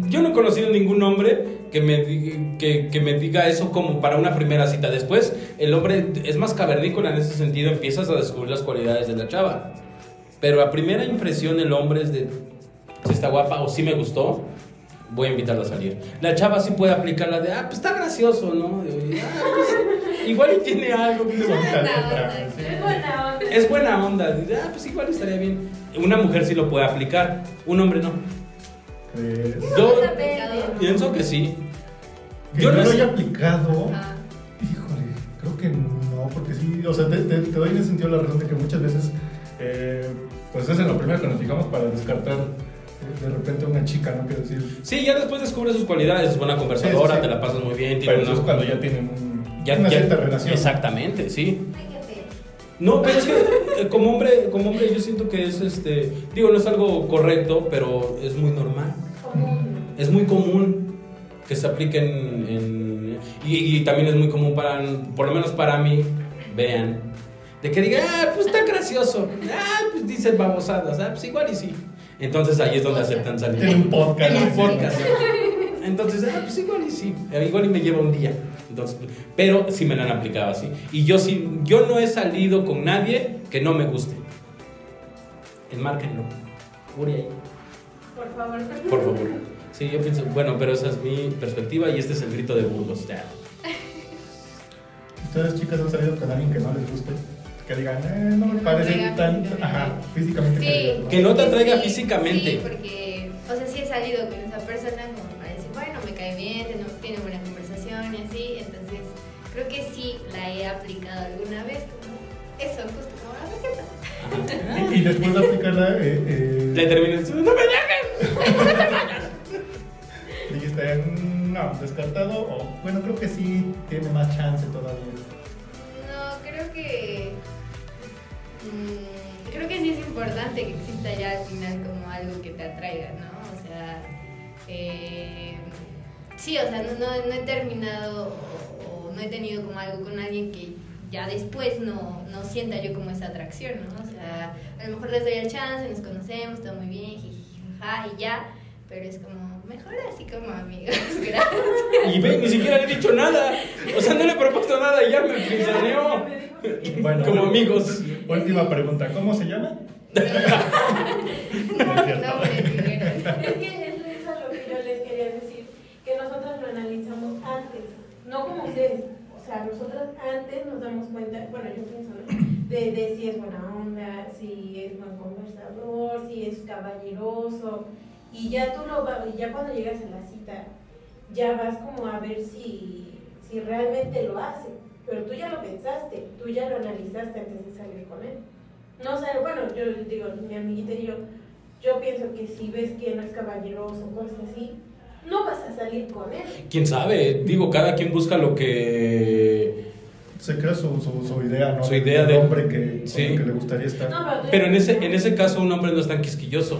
Speaker 1: Yo no he conocido ningún hombre que me, di- que, que me diga eso como para una primera cita. Después, el hombre es más cavernícola en ese sentido, empiezas a descubrir las cualidades de la chava. Pero a primera impresión el hombre es de, si está guapa o si me gustó, voy a invitarla a salir. La chava sí puede aplicar la de, ah, pues está gracioso, ¿no? De, "Ah, pues, igual y tiene algo. Pues,
Speaker 2: Qué bonita letra,
Speaker 3: no, no.
Speaker 2: sí.
Speaker 4: Es buena onda.
Speaker 1: Es buena onda, de, ah, pues igual estaría bien. Una mujer sí lo puede aplicar, un hombre no.
Speaker 2: ¿Crees?
Speaker 1: Yo
Speaker 4: Depende.
Speaker 1: pienso que sí.
Speaker 2: Que
Speaker 1: Yo
Speaker 2: yo
Speaker 1: no
Speaker 2: no lo
Speaker 1: sé-
Speaker 2: haya aplicado.
Speaker 3: Ah,
Speaker 2: Híjole, creo que no, porque sí, o sea, te, te- te doy en ese sentido la razón de que muchas veces, eh, pues es en lo primero que nos fijamos para descartar eh, de repente a una chica, ¿no? Quiero decir,
Speaker 1: Sí, ya después descubre sus cualidades, es buena conversadora,
Speaker 2: Sí, sí, sí.
Speaker 1: te la pasas muy bien, tiene
Speaker 2: pero
Speaker 1: una-
Speaker 2: eso es cuando ya tienen un-
Speaker 1: ya-
Speaker 2: una
Speaker 1: ya-
Speaker 2: cierta relación.
Speaker 1: Exactamente, sí.
Speaker 3: ay, qué feo.
Speaker 1: No, pero es que eh, como hombre, como hombre yo siento que es este, digo, no es algo correcto, pero es muy normal.
Speaker 4: Común.
Speaker 1: Es muy común que se apliquen en, y, y también es muy común para por lo menos para mí, vean, de que diga, "Ah, pues está gracioso." Ah, pues dice babosadas, ah, pues igual y sí. Entonces ahí es donde aceptan salir.
Speaker 2: Tiene un podcast.
Speaker 1: en un
Speaker 3: Sí.
Speaker 1: podcast. Entonces, ah, pues igual y sí, eh, igual y me lleva un día. Entonces, pues, pero sí me la han aplicado así. Y yo sí, yo no he salido con nadie que no me guste. Enmárquenlo. Uri ahí,
Speaker 4: Por favor.
Speaker 1: por
Speaker 4: <laughs>
Speaker 1: favor. Sí, yo pienso, bueno, pero esa es mi perspectiva y este es el grito de Burgos. ya.
Speaker 2: Ustedes, chicas, han salido con alguien que no les guste, que digan, eh, no me parece
Speaker 3: Oiga,
Speaker 2: tan,
Speaker 3: físicamente.
Speaker 2: ajá, físicamente.
Speaker 3: Sí.
Speaker 2: que-
Speaker 1: Que no te
Speaker 3: porque
Speaker 1: atraiga
Speaker 3: sí,
Speaker 1: físicamente.
Speaker 3: Sí, porque, o sea, sí he salido con esa persona como para decir, bueno, me cae bien, tiene- tiene buena conversación y así. Entonces, creo que sí la he aplicado alguna vez. Como eso, justo como, a ver qué pasa.
Speaker 1: Ajá.
Speaker 2: Y, y después de aplicarla, eh, eh,
Speaker 1: Le terminé diciendo, no me dejes.
Speaker 2: dijiste, "Mm, no, descartado, o bueno, creo que sí tiene más chance todavía.
Speaker 3: No, creo que. mm, creo que sí es importante que exista ya al final como algo que te atraiga, ¿no? O sea. eh, sí, o sea, no, no- no he terminado o, o no he tenido como algo con alguien que ya después no, no sienta yo como esa atracción, ¿no? O sea, a lo mejor les doy el chance, nos conocemos, todo muy bien, jiji, jaja, y ya. Pero es como, mejor así como amigos, <laughs> gracias.
Speaker 1: Y ve, ni siquiera le he dicho nada. O sea, no le he propuesto nada y ya me prisioneó.
Speaker 4: Me dijo que-
Speaker 2: Bueno,
Speaker 1: Como amigos.
Speaker 2: Última pregunta, ¿cómo se llama?
Speaker 3: No, no, me dijeron.
Speaker 4: Es que eso es a lo que yo les quería decir, que nosotras lo analizamos antes, no como ustedes. O sea, nosotras antes nos damos cuenta, bueno, yo pienso, ¿no? De, de si es buena onda, si es buen conversador, si es caballeroso. Y ya tú lo va- y ya cuando llegas a la cita, ya vas como a ver si, si realmente lo hace. Pero tú ya lo pensaste, tú ya lo analizaste antes de salir con él. No sé, bueno, yo digo, mi amiguita y yo, yo pienso que si ves que no es caballeroso o cosas así, no vas a salir con él.
Speaker 1: Quién sabe, digo, cada quien busca lo que.
Speaker 2: Se crea su, su, su idea, ¿no?
Speaker 1: Su idea
Speaker 2: del
Speaker 1: de-
Speaker 2: hombre que, con
Speaker 1: sí.
Speaker 2: el que le gustaría estar.
Speaker 4: No, tú-
Speaker 1: Pero en ese, en ese caso, un hombre no es tan quisquilloso.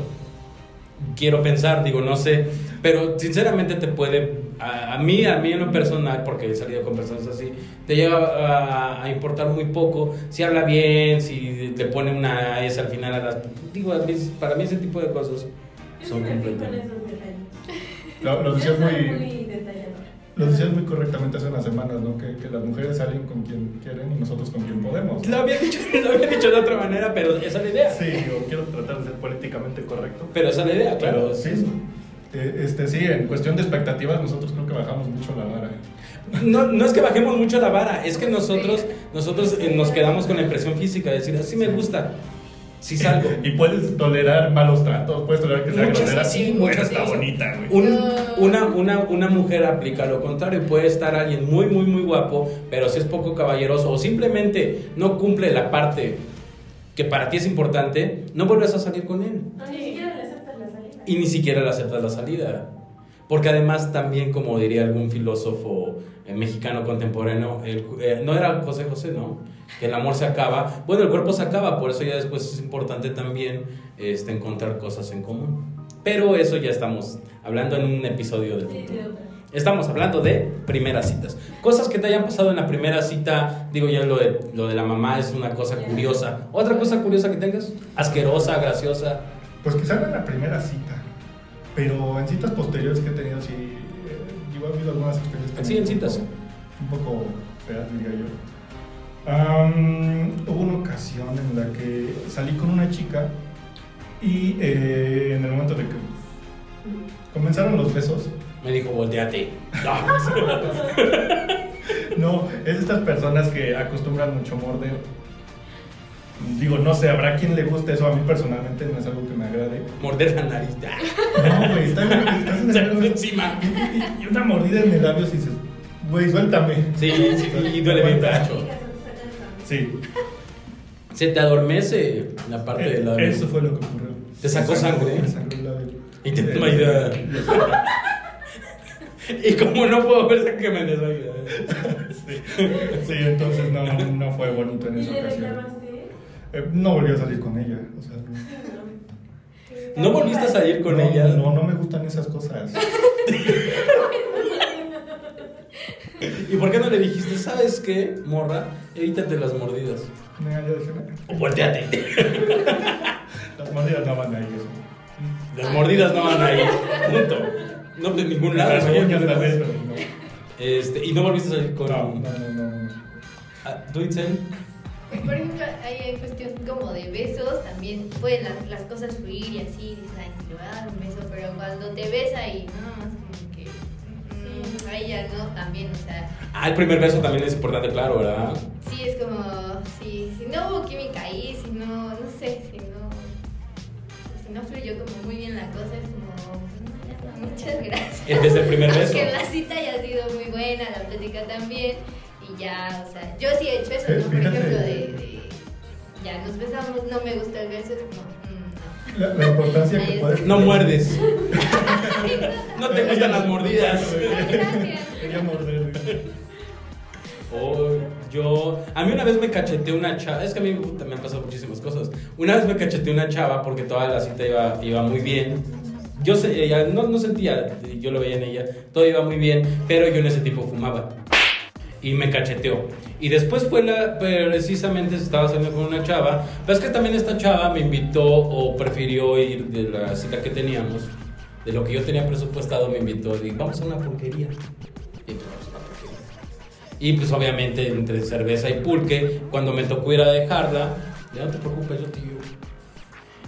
Speaker 1: Quiero pensar, digo, no sé. Pero sinceramente te puede. A, a mí, a mí en lo personal, porque he salido con personas así, te llega a, a importar muy poco si habla bien, si le pone una S al final a las. Digo, a mí- para mí ese tipo de cosas
Speaker 4: Yo sí
Speaker 1: son
Speaker 4: me fijo en
Speaker 1: completamente.
Speaker 4: esos detalles.
Speaker 2: Lo, lo
Speaker 4: Yo
Speaker 2: decías
Speaker 4: soy
Speaker 2: muy,
Speaker 4: muy detalladora.
Speaker 2: lo decías muy correctamente hace unas semanas, ¿no? Que, que las mujeres salen con quien quieren y nosotros con quien podemos.
Speaker 1: Lo había dicho, <laughs> lo había dicho de otra manera, pero esa es la idea.
Speaker 2: Sí, yo quiero tratar de ser políticamente correcto.
Speaker 1: Pero esa es la idea, claro.
Speaker 2: Claro, sí. Eh, Este, sí, en cuestión de expectativas, nosotros creo que bajamos mucho la vara.
Speaker 1: No, no es que bajemos mucho la vara, es que nosotros, nosotros eh, nos quedamos con la impresión física, de decir, así me gusta, si salgo.
Speaker 2: <laughs> Y puedes tolerar malos tratos, puedes tolerar que sea
Speaker 1: Muchas
Speaker 2: grosera.
Speaker 1: sí,
Speaker 2: bueno,
Speaker 1: muchas
Speaker 2: está
Speaker 1: sí.
Speaker 2: bonita, güey.
Speaker 1: Un- una, una, una mujer aplica lo contrario, puede estar alguien muy, muy, muy guapo, pero si es poco caballeroso o simplemente no cumple la parte que para ti es importante, no vuelves a salir con él.
Speaker 4: No, ni siquiera le aceptas la salida.
Speaker 1: y ni siquiera le aceptas la salida. Porque además también, como diría algún filósofo eh, mexicano contemporáneo, el cu- eh, no era José José, ¿no? Que el amor se acaba. Bueno, el cuerpo se acaba, por eso ya después es importante también este, encontrar cosas en común. Pero eso ya estamos hablando en un episodio del
Speaker 4: Sí, de
Speaker 1: futuro.
Speaker 4: otra.
Speaker 1: Estamos hablando de primeras citas. Cosas que te hayan pasado en la primera cita. Digo, ya lo de, lo de la mamá es una cosa curiosa. ¿Otra cosa curiosa que tengas? Asquerosa, graciosa.
Speaker 2: Pues quizá no en la primera cita, pero en citas posteriores que he tenido, sí, eh, yo he habido algunas experiencias.
Speaker 1: Sí, en
Speaker 2: también
Speaker 1: citas.
Speaker 2: Un poco, un poco feas, diría yo. Am, hubo una ocasión en la que salí con una chica y eh, en el momento de que comenzaron los besos, <laughs>
Speaker 1: Me dijo, volteate. <laughs> Ah,
Speaker 2: No, es de estas personas que acostumbran mucho morder. Digo, no sé, habrá quien le guste eso. A mí personalmente no es algo que me agrade.
Speaker 1: Morder la nariz.
Speaker 2: No, güey, está bien, estás en el
Speaker 1: Se fue
Speaker 2: labio.
Speaker 1: encima.
Speaker 2: Y- Y una mordida en el labio y dices, güey, suéltame.
Speaker 1: Sí, sí, y duele bien
Speaker 2: Aguanta.
Speaker 1: gacho.
Speaker 2: Sí,
Speaker 1: Se te adormece la parte
Speaker 2: eh,
Speaker 1: del labio.
Speaker 2: eso fue lo que ocurrió.
Speaker 1: Te sacó
Speaker 2: Me
Speaker 1: sangre.
Speaker 2: Me sacó el labio.
Speaker 1: Y te-
Speaker 2: Eh,
Speaker 1: my God.
Speaker 2: lo sacó.
Speaker 1: Y como no puedo ver que me desvaya.
Speaker 2: Sí, sí, entonces no, no fue bonito en
Speaker 4: ¿Y
Speaker 2: esa
Speaker 4: le
Speaker 2: ocasión.
Speaker 4: reclamaste?
Speaker 2: Eh, no volví a salir con ella. O sea, no.
Speaker 4: No.
Speaker 1: ¿No volviste a salir con
Speaker 2: No,
Speaker 1: ella?
Speaker 2: No, no me gustan esas cosas.
Speaker 1: ¿Y por qué no le dijiste, sabes qué, morra? Evítate las mordidas.
Speaker 2: Mira, yo dije, "Nah,
Speaker 1: O volteate.
Speaker 2: Las mordidas no van a ellos.
Speaker 1: Las mordidas no van ahí. Punto. No de ningún lado.
Speaker 2: Las
Speaker 1: oye,
Speaker 2: uñas
Speaker 1: no.
Speaker 2: también, pero
Speaker 1: Este, y no volviste a salir con.
Speaker 2: no. No, no, no, no.
Speaker 1: Ah, ¿Tú, Itzel?
Speaker 3: Pues, por ejemplo, ahí hay cuestión como de besos, también pueden las, las cosas fluir y así, dices, ay, le voy a dar un beso, pero cuando te besa y nada más como que, mm, ahí ya no, también, o sea,
Speaker 1: Ah, el primer beso también es importante, claro, ¿verdad?
Speaker 3: sí es como, sí, si no hubo química ahí, si no, no sé, si no, si no fluyó como muy bien la cosa, es como, "Mm, ya no, muchas gracias.
Speaker 1: Desde el
Speaker 3: <laughs>
Speaker 1: primer beso.
Speaker 3: Aunque la cita haya sido muy buena, la plática también, y ya, o sea, yo sí he hecho eso,
Speaker 2: Eh,
Speaker 3: ¿no? Por
Speaker 2: fíjate.
Speaker 3: ejemplo, de, de- ya nos besamos, no me gusta el beso, es como,
Speaker 1: <laughs>
Speaker 3: mm, no.
Speaker 2: La, la importancia que
Speaker 3: Ahí
Speaker 2: puede.
Speaker 3: está.
Speaker 1: No muerdes.
Speaker 3: Ay,
Speaker 1: No te gustan las mordidas.
Speaker 3: no, no, gracias.
Speaker 2: Quería morder.
Speaker 1: O yo. A mí una vez me cacheteé una chava. Es que a mí puta, me han pasado muchísimas cosas. Una vez me cacheteé una chava porque toda la cita iba, iba muy bien. Yo se- ella- no, no sentía, yo lo veía en ella, todo iba muy bien, pero yo en ese tiempo fumaba. Y me cacheteó. Y después fue la. Precisamente estaba saliendo con una chava. Pero es que también esta chava me invitó o prefirió ir de la cita que teníamos. De lo que yo tenía presupuestado, me invitó. Y vamos a una porquería. Y pues, vamos a una porquería. Y pues obviamente entre cerveza y pulque, cuando me tocó ir a dejarla, ya no te preocupes, yo te llevo.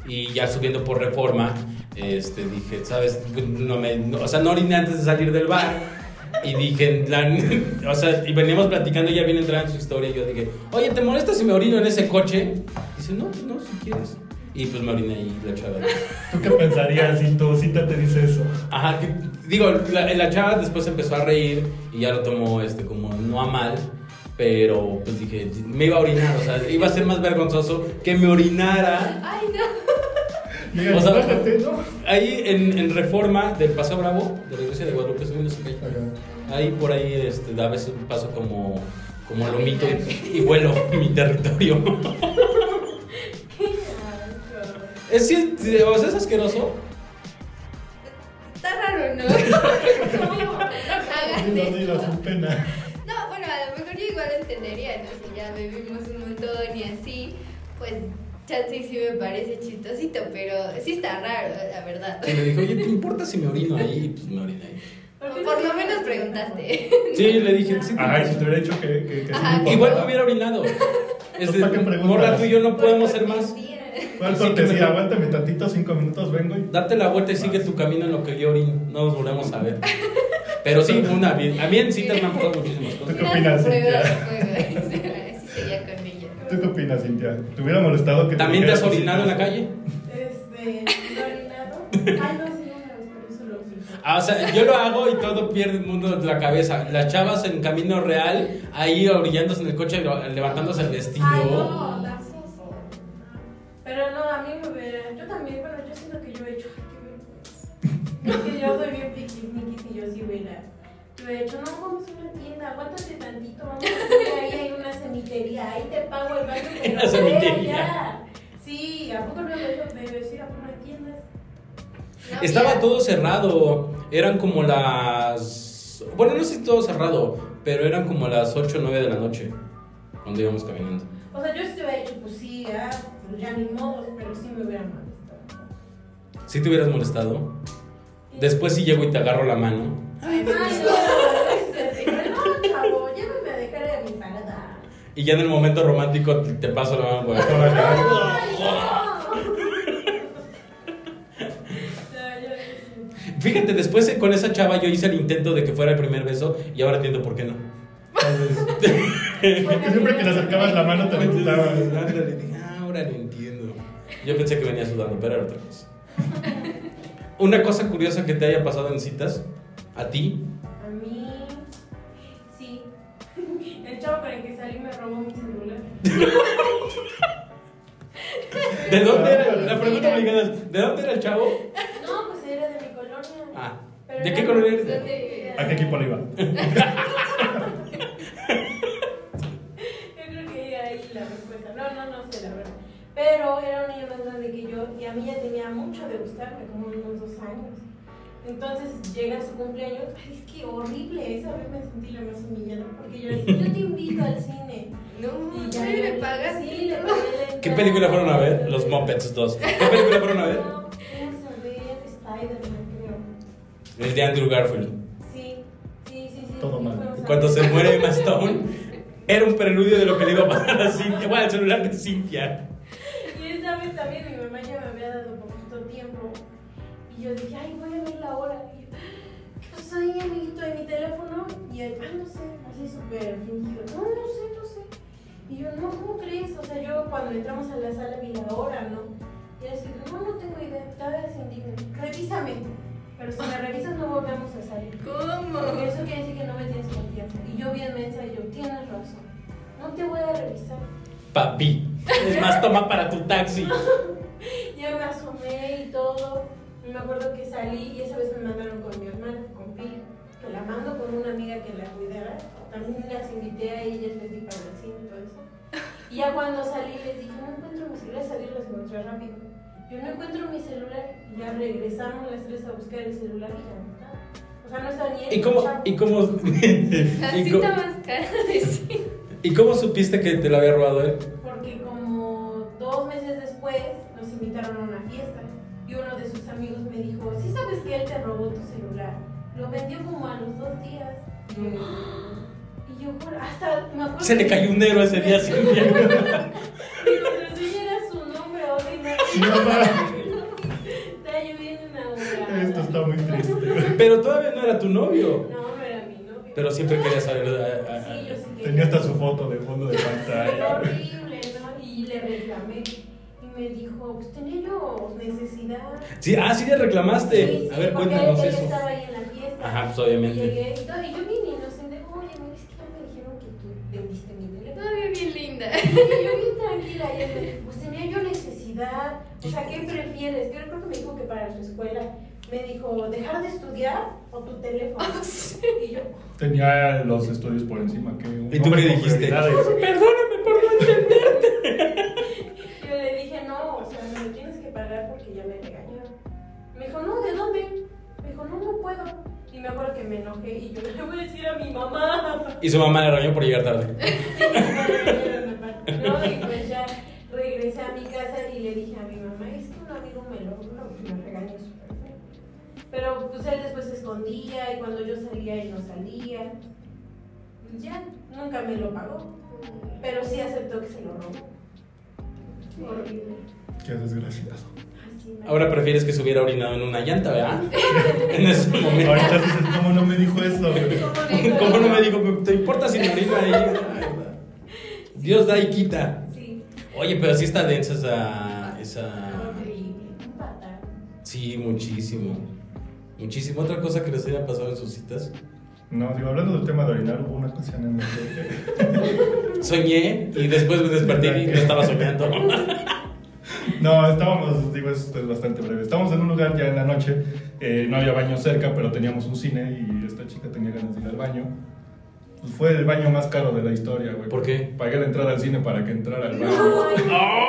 Speaker 1: Y ya subiendo por reforma, este, dije, ¿sabes? No me, no- o sea, no oriné antes de salir del bar. Y dije, la- <laughs> o sea, y veníamos platicando y ya bien entrada en su historia. Y yo dije, oye, ¿te molesta si me orino en ese coche? dice, no, pues no, si quieres. Y pues me oriné y la chava.
Speaker 2: ¿Tú qué pensarías si tu cita te dice eso?
Speaker 1: Ajá, que- digo, la, la chava después empezó a reír y ya lo tomó este, como no a mal, pero pues dije, me iba a orinar, o sea, iba a ser más vergonzoso que me orinara.
Speaker 3: Ay, no.
Speaker 2: Mira,
Speaker 1: O sea,
Speaker 2: bájate, ¿no?
Speaker 1: Ahí en, en Reforma del Paso Bravo, de la iglesia de Guadalupe, soy no sé qué.
Speaker 2: Ajá.
Speaker 1: Ahí por ahí este, a veces paso como, como lomito y vuelo <laughs> mi territorio. Es, sí, sí, o sea, es asqueroso.
Speaker 3: Está
Speaker 1: <laughs>
Speaker 3: raro, ¿no? Hagan
Speaker 2: Dilo, dilo,
Speaker 3: esto.
Speaker 2: sin pena.
Speaker 3: No, bueno, a lo mejor yo igual entendería, ¿no? Si ya bebimos un montón y así, pues chance y sí me parece chistosito, pero sí está raro, la verdad.
Speaker 1: Y me dijo, oye, ¿te importa si me orino ahí? Y, Pues me oriné ahí.
Speaker 3: Por lo menos preguntaste.
Speaker 1: Sí, le dije, sí. te
Speaker 2: Ajá, y si te hubiera dicho que, que, que sí
Speaker 3: Ajá.
Speaker 2: me
Speaker 1: Igual me
Speaker 2: importaba.
Speaker 1: hubiera orinado. Este,
Speaker 2: ¿para qué preguntas?
Speaker 1: morra, tú y yo no podemos ser más.
Speaker 2: ¿Cuál
Speaker 1: Sí, que me-
Speaker 2: cortesía? Aguántame tantito, cinco minutos, vengo y...
Speaker 1: Date la vuelta y sigue tu camino en lo que yo orino. No nos volvemos a ver. Pero sí, una bien. A mí en citas me han pasado muchísimas
Speaker 3: <laughs>
Speaker 2: ¿Tú
Speaker 1: cosas.
Speaker 2: qué opinas,
Speaker 3: Prueba de
Speaker 2: Cintia? <laughs>
Speaker 3: fuego. Así sería con ella.
Speaker 2: ¿Tú qué opinas, Cintia? ¿Te hubiera molestado que
Speaker 1: ¿También te has
Speaker 2: dijeran
Speaker 1: orinado en la
Speaker 2: cositas?
Speaker 1: calle?
Speaker 4: Este, ¿lo orinado? Ah, no, sí, no, pero eso lo hice.
Speaker 1: Ah, o sea, yo lo hago y todo pierde el mundo de la cabeza. Las chavas en camino real, ahí orillándose en el coche, lo- levantándose el vestido.
Speaker 4: Ay, no, las oso. Pero no, a mí me hubiera. Yo también, bueno, yo siento que yo he hecho. ay, qué vergüenza. Es que yo soy bien piquis, y yo sí hubiera. Yo he hecho, no, vamos a una tienda, aguántate tantito, vamos a una tienda, ahí hay una cementería, ahí te pago el baño. que
Speaker 1: En la
Speaker 4: lo veo
Speaker 1: cementería.
Speaker 4: ya. Sí, ¿a poco no me dejo de decir a una tienda?
Speaker 3: No,
Speaker 1: Estaba
Speaker 3: mira,
Speaker 1: todo cerrado. Eran como las. Bueno, no sé si todo cerrado, pero eran como las 8 o 9 de la noche. Cuando íbamos caminando.
Speaker 4: O sea, yo sí hubiera hecho, pues sí, ya, pues ya ni modo, pero sí me hubiera molestado.
Speaker 1: Si te hubieras molestado. Después si llego y te agarro la mano.
Speaker 4: Ay, no, no, no, chavo, llévame a dejar a mi parada.
Speaker 1: Y ya en el momento romántico te te paso la mano <laughs> por acá.
Speaker 2: Órale.
Speaker 1: Fíjate, después eh, con esa chava yo hice el intento de que fuera el primer beso y ahora entiendo por qué no.
Speaker 2: Entonces, Porque siempre que le acercabas la mano te
Speaker 1: Entonces,
Speaker 2: preguntaban.
Speaker 1: ándale, dije, "Ah, ahora lo entiendo. Yo pensé que venía sudando, pero era otra cosa. Una cosa curiosa que te haya pasado en citas, a ti,
Speaker 4: A mí, sí. El chavo con el que salí me robó mi celular.
Speaker 1: ¿de dónde era? La pregunta obligada es, ¿de dónde era el chavo?
Speaker 4: No, pues era de mi colonia.
Speaker 1: Ah,
Speaker 4: Pero
Speaker 1: ¿de
Speaker 4: no-
Speaker 1: qué color eres?
Speaker 3: ¿dónde-
Speaker 2: ¿A qué equipo le iba?
Speaker 4: Yo creo que ahí la respuesta. No, no, no sé la verdad. Pero era una niña más grande que yo y a mí ya tenía mucho de gustarme, como unos dos años. Entonces llega su cumpleaños, ay, es que horrible, esa vez me sentí la más humillada porque yo le dije, yo te invito al cine.
Speaker 3: No,
Speaker 4: Y
Speaker 3: tú
Speaker 4: ya
Speaker 3: le
Speaker 4: yo-
Speaker 3: pagas.
Speaker 4: Sí, le pagué la
Speaker 1: ¿Qué
Speaker 4: entrada.
Speaker 1: película fueron a ver? Los Muppets 2. ¿Qué película fueron a ver?
Speaker 4: No, fuimos a ver Spider-Man, creo.
Speaker 1: El de Andrew Garfield.
Speaker 4: Sí, sí, sí, sí.
Speaker 2: Todo
Speaker 4: sí,
Speaker 2: mal.
Speaker 4: fuimos a
Speaker 1: Cuando
Speaker 4: ver.
Speaker 1: se muere Emma Stone, era un preludio de lo que le iba a pasar a Cintia. Bueno, el celular de Cintia.
Speaker 4: Y esa vez también mi mamá ya me había dado poquito tiempo. Y yo dije, ay, voy a ver la hora. Y yo, ¿qué pasó ahí, amiguito, de mi teléfono? Y él, ah, no sé, así súper fingido. No, no sé, no sé. Y yo, no, ¿cómo crees? O sea, yo cuando entramos a la sala vi la hora, ¿no? Y él así, no, no tengo idea, todavía se indigna. Revísame. Pero si me revisas no volvemos a salir.
Speaker 3: ¿Cómo?
Speaker 4: Porque eso quiere decir que no me tienes confianza. Y yo vi el mensaje y yo, tienes razón. No te voy a revisar.
Speaker 1: Papi. Es más, toma para tu taxi.
Speaker 4: <laughs> Ya me asomé y todo. Y Me acuerdo que salí y esa vez me mandaron con mi hermana, con Pili, que la mando con una amiga que la cuidara. escuela, también las invité a ellas, les di para el cine y todo eso. Y ya cuando salí les dije, no encuentro mi celular, salí y los encontré rápido. Yo no encuentro mi celular y ya regresamos las tres a buscar el celular y ya no estaba. O sea, no estaba ni
Speaker 1: ¿Y
Speaker 4: él,
Speaker 1: cómo,
Speaker 4: ni Chapo.
Speaker 1: y, cómo, <laughs>
Speaker 3: La
Speaker 1: y,
Speaker 3: cita
Speaker 1: cómo,
Speaker 3: más cara de sí.
Speaker 1: y cómo supiste que te lo había robado eh? él?
Speaker 4: Porque como dos meses después nos invitaron a una fiesta y uno de sus amigos me dijo, ¿sí sabes que él te robó tu celular? Lo vendió como a los dos días. Y yo, <gasps> y yo por- hasta me acuerdo...
Speaker 1: Se le
Speaker 4: que-
Speaker 1: cayó un negro ese
Speaker 4: <laughs>
Speaker 1: día sin miedo.
Speaker 4: Mi contraseña era su nombre, ahora
Speaker 2: No mames.
Speaker 4: Está lloviendo una hora.
Speaker 2: Esto está muy triste.
Speaker 1: Pero todavía no era tu novio.
Speaker 4: No, no era mi novio.
Speaker 1: Pero siempre Ah, quería saber. eh, a- a- a-
Speaker 4: Sí, yo sí que...
Speaker 2: Tenía ¿eh? hasta su foto de fondo de
Speaker 4: Era
Speaker 2: pantalla.
Speaker 4: horrible, ¿no? Y le reclamé. Y me dijo, pues tenía yo necesidad.
Speaker 1: Sí, ah, sí le reclamaste.
Speaker 4: Sí, sí,
Speaker 1: este, a ver,
Speaker 4: porque
Speaker 1: cuéntanos
Speaker 4: él
Speaker 1: eso.
Speaker 4: estaba ahí en la fiesta.
Speaker 1: Ajá, pues
Speaker 4: Y
Speaker 1: obviamente.
Speaker 4: llegué y todo, y yo bien inocente, oye, mira, es que ya me dijeron que tú vendiste mi teléfono.
Speaker 3: Todavía bien
Speaker 2: <laughs>
Speaker 3: linda.
Speaker 4: Y <laughs> yo bien tranquila, y él me dijo, pues tenía yo necesidad, o sea, ¿qué prefieres? Yo creo que me dijo que para su escuela, me dijo, ¿dejar de estudiar o tu teléfono?
Speaker 3: <laughs>
Speaker 4: Y yo,
Speaker 2: Tenía los estudios por encima. Que un
Speaker 1: ¿Y tú
Speaker 2: hombre
Speaker 1: qué
Speaker 2: con
Speaker 1: dijiste?
Speaker 2: prioridades.
Speaker 1: <laughs> Perdóname por no entender.
Speaker 4: yo le dije, no, o sea, me lo tienes que pagar porque ya me regañaron. Me dijo, no, ¿de dónde? Me dijo, no, no puedo. Y me acuerdo que me enojé y yo le voy a decir a mi mamá.
Speaker 1: Y su mamá le regañó por llegar tarde.
Speaker 4: No, y pues ya regresé a mi casa y le dije a mi mamá, es que un amigo me lo no, me regañó súper feo". Pero pues él después se escondía y cuando yo salía él no salía. Pues ya, nunca me lo pagó. Pero sí aceptó que se lo robó. Horrible.
Speaker 2: Qué desgraciado.
Speaker 4: Así me-
Speaker 1: Ahora prefieres que se hubiera orinado en una llanta,
Speaker 4: <laughs>
Speaker 1: ¿verdad? En ese <laughs> momento.
Speaker 2: Ahorita dices, ¿cómo no me dijo eso? güey?
Speaker 1: <laughs> ¿Cómo no me dijo? ¿Te importa si me orina ahí? Ay, Dios da y quita.
Speaker 4: Sí.
Speaker 1: Oye, pero sí está densa esa. esa...
Speaker 4: Horrible. Un
Speaker 1: <laughs>
Speaker 4: patán.
Speaker 1: Sí, muchísimo. Muchísimo. ¿Otra cosa que les haya pasado en sus citas?
Speaker 2: No, digo, hablando del tema de orinar, hubo una ocasión en la que
Speaker 1: Soñé y después me desperté y no estaba soñando. <laughs>
Speaker 2: No, estábamos, digo, esto es bastante breve. Estábamos en un lugar ya en la noche, eh, no había baño cerca, pero teníamos un cine y esta chica tenía ganas de ir al baño. Pues fue el baño más caro de la historia, güey.
Speaker 1: ¿Por qué?
Speaker 2: Pagué la entrada al cine para que entrara al baño.
Speaker 4: <laughs>
Speaker 1: ¡Oh!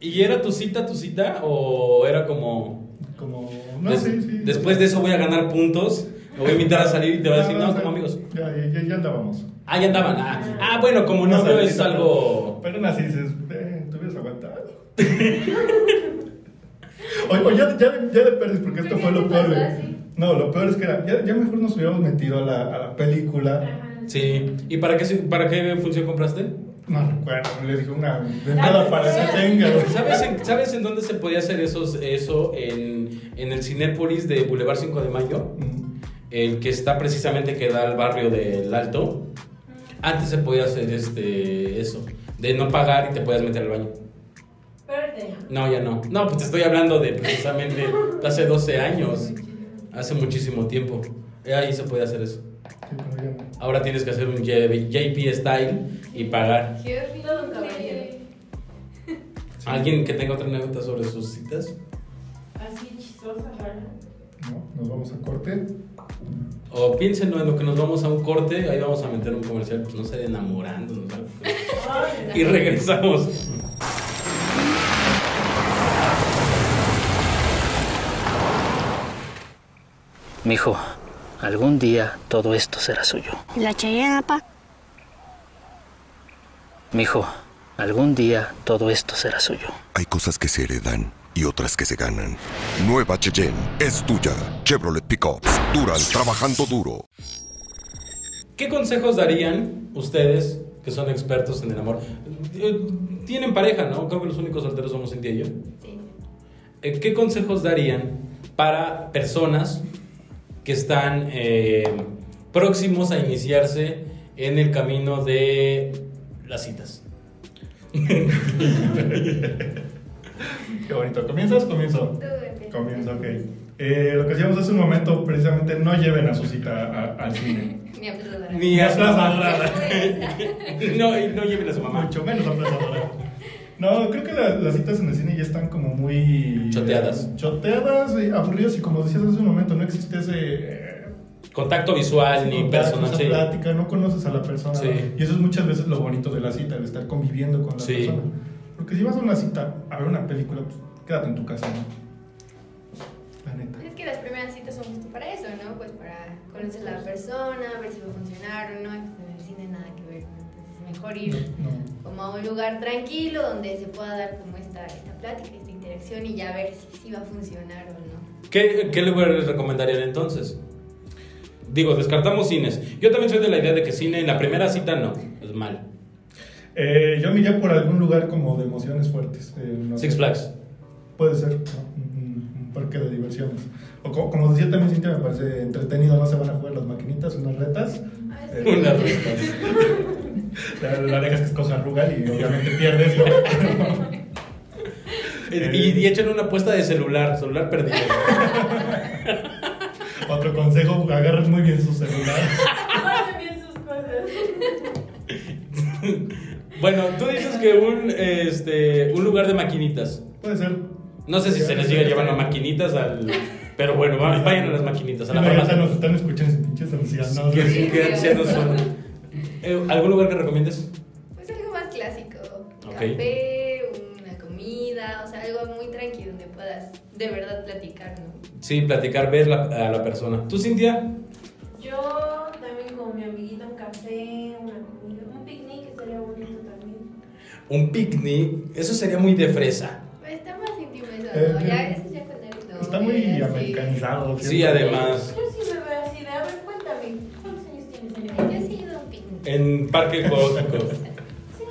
Speaker 1: ¿Y era tu cita, tu cita? ¿O era como.?
Speaker 2: Como, no,
Speaker 1: des-
Speaker 2: sí, sí.
Speaker 1: Después de eso voy a ganar puntos, me voy a invitar a salir y te voy a decir, no,
Speaker 2: sí.
Speaker 1: como amigos.
Speaker 2: Ya, ya, ya andábamos.
Speaker 1: Ah, ya andaban. Ah, ah, bueno, como
Speaker 2: Una
Speaker 1: novio es
Speaker 2: salidita,
Speaker 1: algo.
Speaker 2: Pero aún así dices, eh, te hubieras aguantado. <laughs> Oye, oye, ya, ya, ya le perdiste porque esto
Speaker 3: Porque
Speaker 2: fue lo
Speaker 3: sí
Speaker 2: peor.
Speaker 3: pasó
Speaker 2: güey.
Speaker 3: así.
Speaker 2: No, lo peor es que era, ya, ya mejor nos hubiéramos metido a la, a la película.
Speaker 4: Ajá.
Speaker 1: Sí. ¿Y para qué, para qué función compraste?
Speaker 2: No recuerdo, le dije una nada para
Speaker 4: sí.
Speaker 2: que
Speaker 1: <laughs>
Speaker 2: tenga. güey.
Speaker 1: ¿Sabes en, ¿Sabes en dónde se podía hacer esos, eso? En, en el Cinépolis de Boulevard 5 de Mayo,
Speaker 2: Mm,
Speaker 1: el que está precisamente que da al barrio del Alto. Antes se podía hacer este, eso, de no pagar y te podías meter al baño.
Speaker 4: Verde.
Speaker 1: No, ya no. No, pues te estoy hablando de precisamente hace 12 años, hace muchísimo tiempo. Eh, Ahí se podía hacer eso.
Speaker 2: Sí, pero ya no.
Speaker 1: Ahora tienes que hacer un J- JP Style y pagar.
Speaker 3: Qué
Speaker 4: Todo un caballero.
Speaker 3: horrible.
Speaker 2: Sí,
Speaker 1: ¿Alguien que tenga otra anécdota sobre sus citas?
Speaker 4: Así chistosa, rara.
Speaker 2: No, nos vamos a corte.
Speaker 1: O piénsenlo en lo que nos vamos a un corte, ahí vamos a meter un comercial, pues no sé, de enamorándonos. algo. <laughs>
Speaker 4: Ay,
Speaker 1: Y regresamos.
Speaker 5: Mijo, algún día todo esto será suyo.
Speaker 6: ¿Y la Cheyenne, apa?
Speaker 5: Mijo, algún día todo esto será suyo.
Speaker 7: Hay cosas que se heredan y otras que se ganan. Nueva Cheyenne es tuya. Chevrolet Pickups. Duran trabajando duro.
Speaker 1: ¿Qué consejos darían ustedes que son expertos en el amor? Eh, Tienen pareja, ¿no? Creo que los únicos solteros somos Cintia y yo.
Speaker 3: Sí.
Speaker 1: Eh, ¿Qué consejos darían para personas que están eh, próximos a iniciarse en el camino de las citas?
Speaker 2: Qué bonito. ¿Comienzas? Comienzo.
Speaker 3: Tú empieza. <laughs>
Speaker 2: Comienzo, ok. Eh, lo que hacíamos hace un momento, precisamente, no lleven a su cita a- al cine.
Speaker 3: Mi aplauso.
Speaker 1: Ni a su
Speaker 2: <laughs> Plaza
Speaker 1: mamá.
Speaker 2: Dorada.
Speaker 1: <laughs> No, y no lleven a su mamá.
Speaker 2: Mucho menos aplazadora. No, creo que la- las citas en el cine ya están como muy...
Speaker 1: Choteadas.
Speaker 2: choteadas, eh, aburridas y como decías hace un momento, no existe ese... eh,
Speaker 1: contacto visual Ah, ni personal.
Speaker 2: Esa
Speaker 1: sí.
Speaker 2: plática, no conoces a la persona.
Speaker 1: Sí.
Speaker 2: ¿no? Y eso es muchas veces lo bonito de la cita, el estar conviviendo con la
Speaker 1: Sí.
Speaker 2: persona. Porque si vas a una cita a ver una película, pues quédate en tu casa, ¿no? La neta.
Speaker 3: Es que las primeras citas son justo para eso, ¿no? Pues para conocer a la persona, ver si va a funcionar o no. y Pues en el cine nada que ver. ¿no? Entonces es mejor ir
Speaker 2: No.
Speaker 3: como a un lugar tranquilo donde se pueda dar como esta, esta plática, esta interacción y ya ver si, si va a funcionar o no.
Speaker 1: ¿Qué, qué lugares recomendarían entonces? Digo, descartamos cines. Yo también soy de la idea de que cine en la primera cita no, es mal.
Speaker 2: Eh, yo me iría por algún lugar como de emociones fuertes. eh, no
Speaker 1: Six
Speaker 2: sé.
Speaker 1: Flags.
Speaker 2: Puede ser, ¿no? un, un- un parque de diversiones. O co- como, decía también Cintia, me parece entretenido, no se van a jugar las maquinitas, unas retas.
Speaker 3: Ah,
Speaker 2: Eh,
Speaker 1: Una
Speaker 3: sí.
Speaker 1: risa. <laughs>
Speaker 2: La, la dejas que es cosa rugal y obviamente pierdes. ¿no? <laughs>
Speaker 1: Eh, Y, y echen una apuesta de celular, celular perdido.
Speaker 2: Otro consejo, agarren muy bien su celular.
Speaker 4: Guarden bien sus cosas.
Speaker 1: bueno, tú dices que un, este, un lugar de maquinitas.
Speaker 2: Puede ser.
Speaker 1: No sé si se les sigue llevando maquinitas al... Pero bueno, va- vayan a las maquinitas, a la
Speaker 2: Ahorita nos
Speaker 1: farmacia.
Speaker 2: están escuchando pinches ancianos.
Speaker 1: Que
Speaker 2: güey.
Speaker 1: sí, que ancianos son. Eh, ¿Algún lugar que recomiendes?
Speaker 3: Pues algo más clásico, un
Speaker 1: Ok.
Speaker 3: café, una comida, o sea, algo muy tranquilo donde puedas de verdad platicar, ¿no?
Speaker 1: Sí, platicar, ver la- a la persona. ¿Tú, Cintia?
Speaker 4: Yo también con mi amiguita un café, una comida, un picnic estaría bonito también.
Speaker 1: Un picnic, eso sería muy de fresa.
Speaker 3: Pues está más íntimo eso,
Speaker 2: Eh,
Speaker 3: ¿no? Ya,
Speaker 2: pero-
Speaker 3: eso ya con el novio,
Speaker 2: Está muy
Speaker 3: así.
Speaker 2: americanizado.
Speaker 1: Sí,
Speaker 2: siempre.
Speaker 1: además.
Speaker 4: Yo sí me veo así de, a ver, cuéntame, ¿cuántos años tienes
Speaker 3: Yo
Speaker 4: en
Speaker 3: sí he ido a un
Speaker 2: Eh,
Speaker 3: picnic.
Speaker 1: En Parque Ecológico,
Speaker 4: Sí,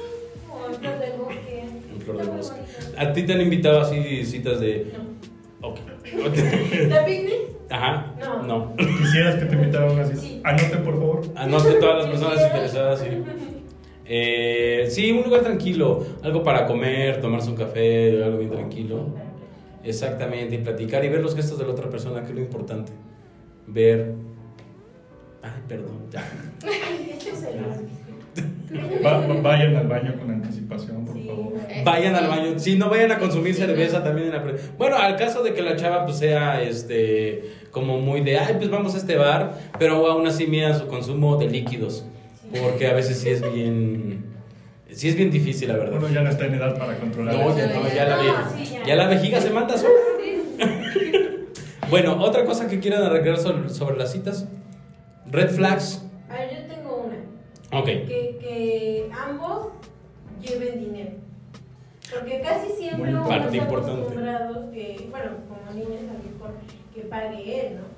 Speaker 4: o en Flor del Bosque.
Speaker 1: en Flor del
Speaker 4: Está muy
Speaker 1: Bosque.
Speaker 4: bonito.
Speaker 1: ¿A ti te han invitado así citas de.? Ok.
Speaker 4: ¿La picnic?
Speaker 1: Ajá.
Speaker 4: No.
Speaker 1: No.
Speaker 2: Quisieras que te invitaran a una cita.
Speaker 4: Sí.
Speaker 2: Anote, por favor.
Speaker 1: Anote todas las personas interesadas. Sí. Eh, sí, un lugar tranquilo. Algo para comer, tomarse un café, algo bien tranquilo. Exactamente, y platicar y ver los gestos de la otra persona, que es lo importante. Ver. Ay, perdón. ya.
Speaker 4: Este es el más.
Speaker 2: Va- va- vayan al baño con anticipación, por
Speaker 4: Sí.
Speaker 2: favor.
Speaker 3: Este,
Speaker 1: Vayan al baño. Sí, no vayan a consumir cerveza también en la pre- Bueno, al caso de que la chava pues sea este como muy de, ay, pues vamos a este bar, pero aún así mira su consumo de líquidos, porque a veces sí es bien sí es bien difícil, la verdad.
Speaker 2: Uno ya no está en edad para controlar.
Speaker 1: No,
Speaker 2: eso.
Speaker 1: ya no, ya la,
Speaker 4: No,
Speaker 1: ve-
Speaker 4: sí, ya.
Speaker 1: ya la vejiga se manda sola.
Speaker 3: Sí,
Speaker 1: Bueno, otra cosa que quieran arreglar sobre, sobre las citas. Red flags.
Speaker 4: A ver, yo tengo una.
Speaker 1: Ok.
Speaker 4: que, que ambos lleven dinero. Porque casi siempre
Speaker 2: Bueno,
Speaker 4: uno
Speaker 1: parte
Speaker 4: está
Speaker 1: importante.
Speaker 4: acostumbrado que, bueno, como niños a lo mejor, que pague él, ¿no?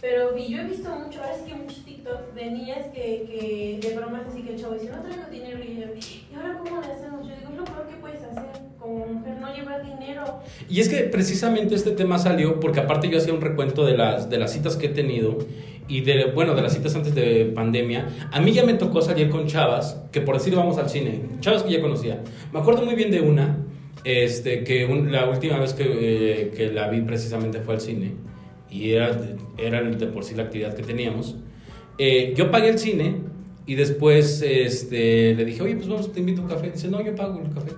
Speaker 4: Pero vi- yo he visto mucho, ahora sí que muchos TikToks de niñas que, que de bromas así que el chavo dice, no traigo dinero y yo, ¿y ahora cómo le hacemos? Yo digo, es lo peor que puedes hacer como mujer, no llevar dinero.
Speaker 1: Y es que precisamente este tema salió porque aparte yo hacía un recuento de las, de las citas que he tenido y de, bueno, de las citas antes de pandemia. A mí ya me tocó salir con chavas, que por decir vamos al cine, chavas que ya conocía. Me acuerdo muy bien de una, este, que un- la última vez que, eh, que la vi precisamente fue al cine y era, era de por sí la actividad que teníamos. Eh, yo pagué el cine y después este, le dije, oye, pues vamos, te invito a un café. Dice, no, yo pago el café.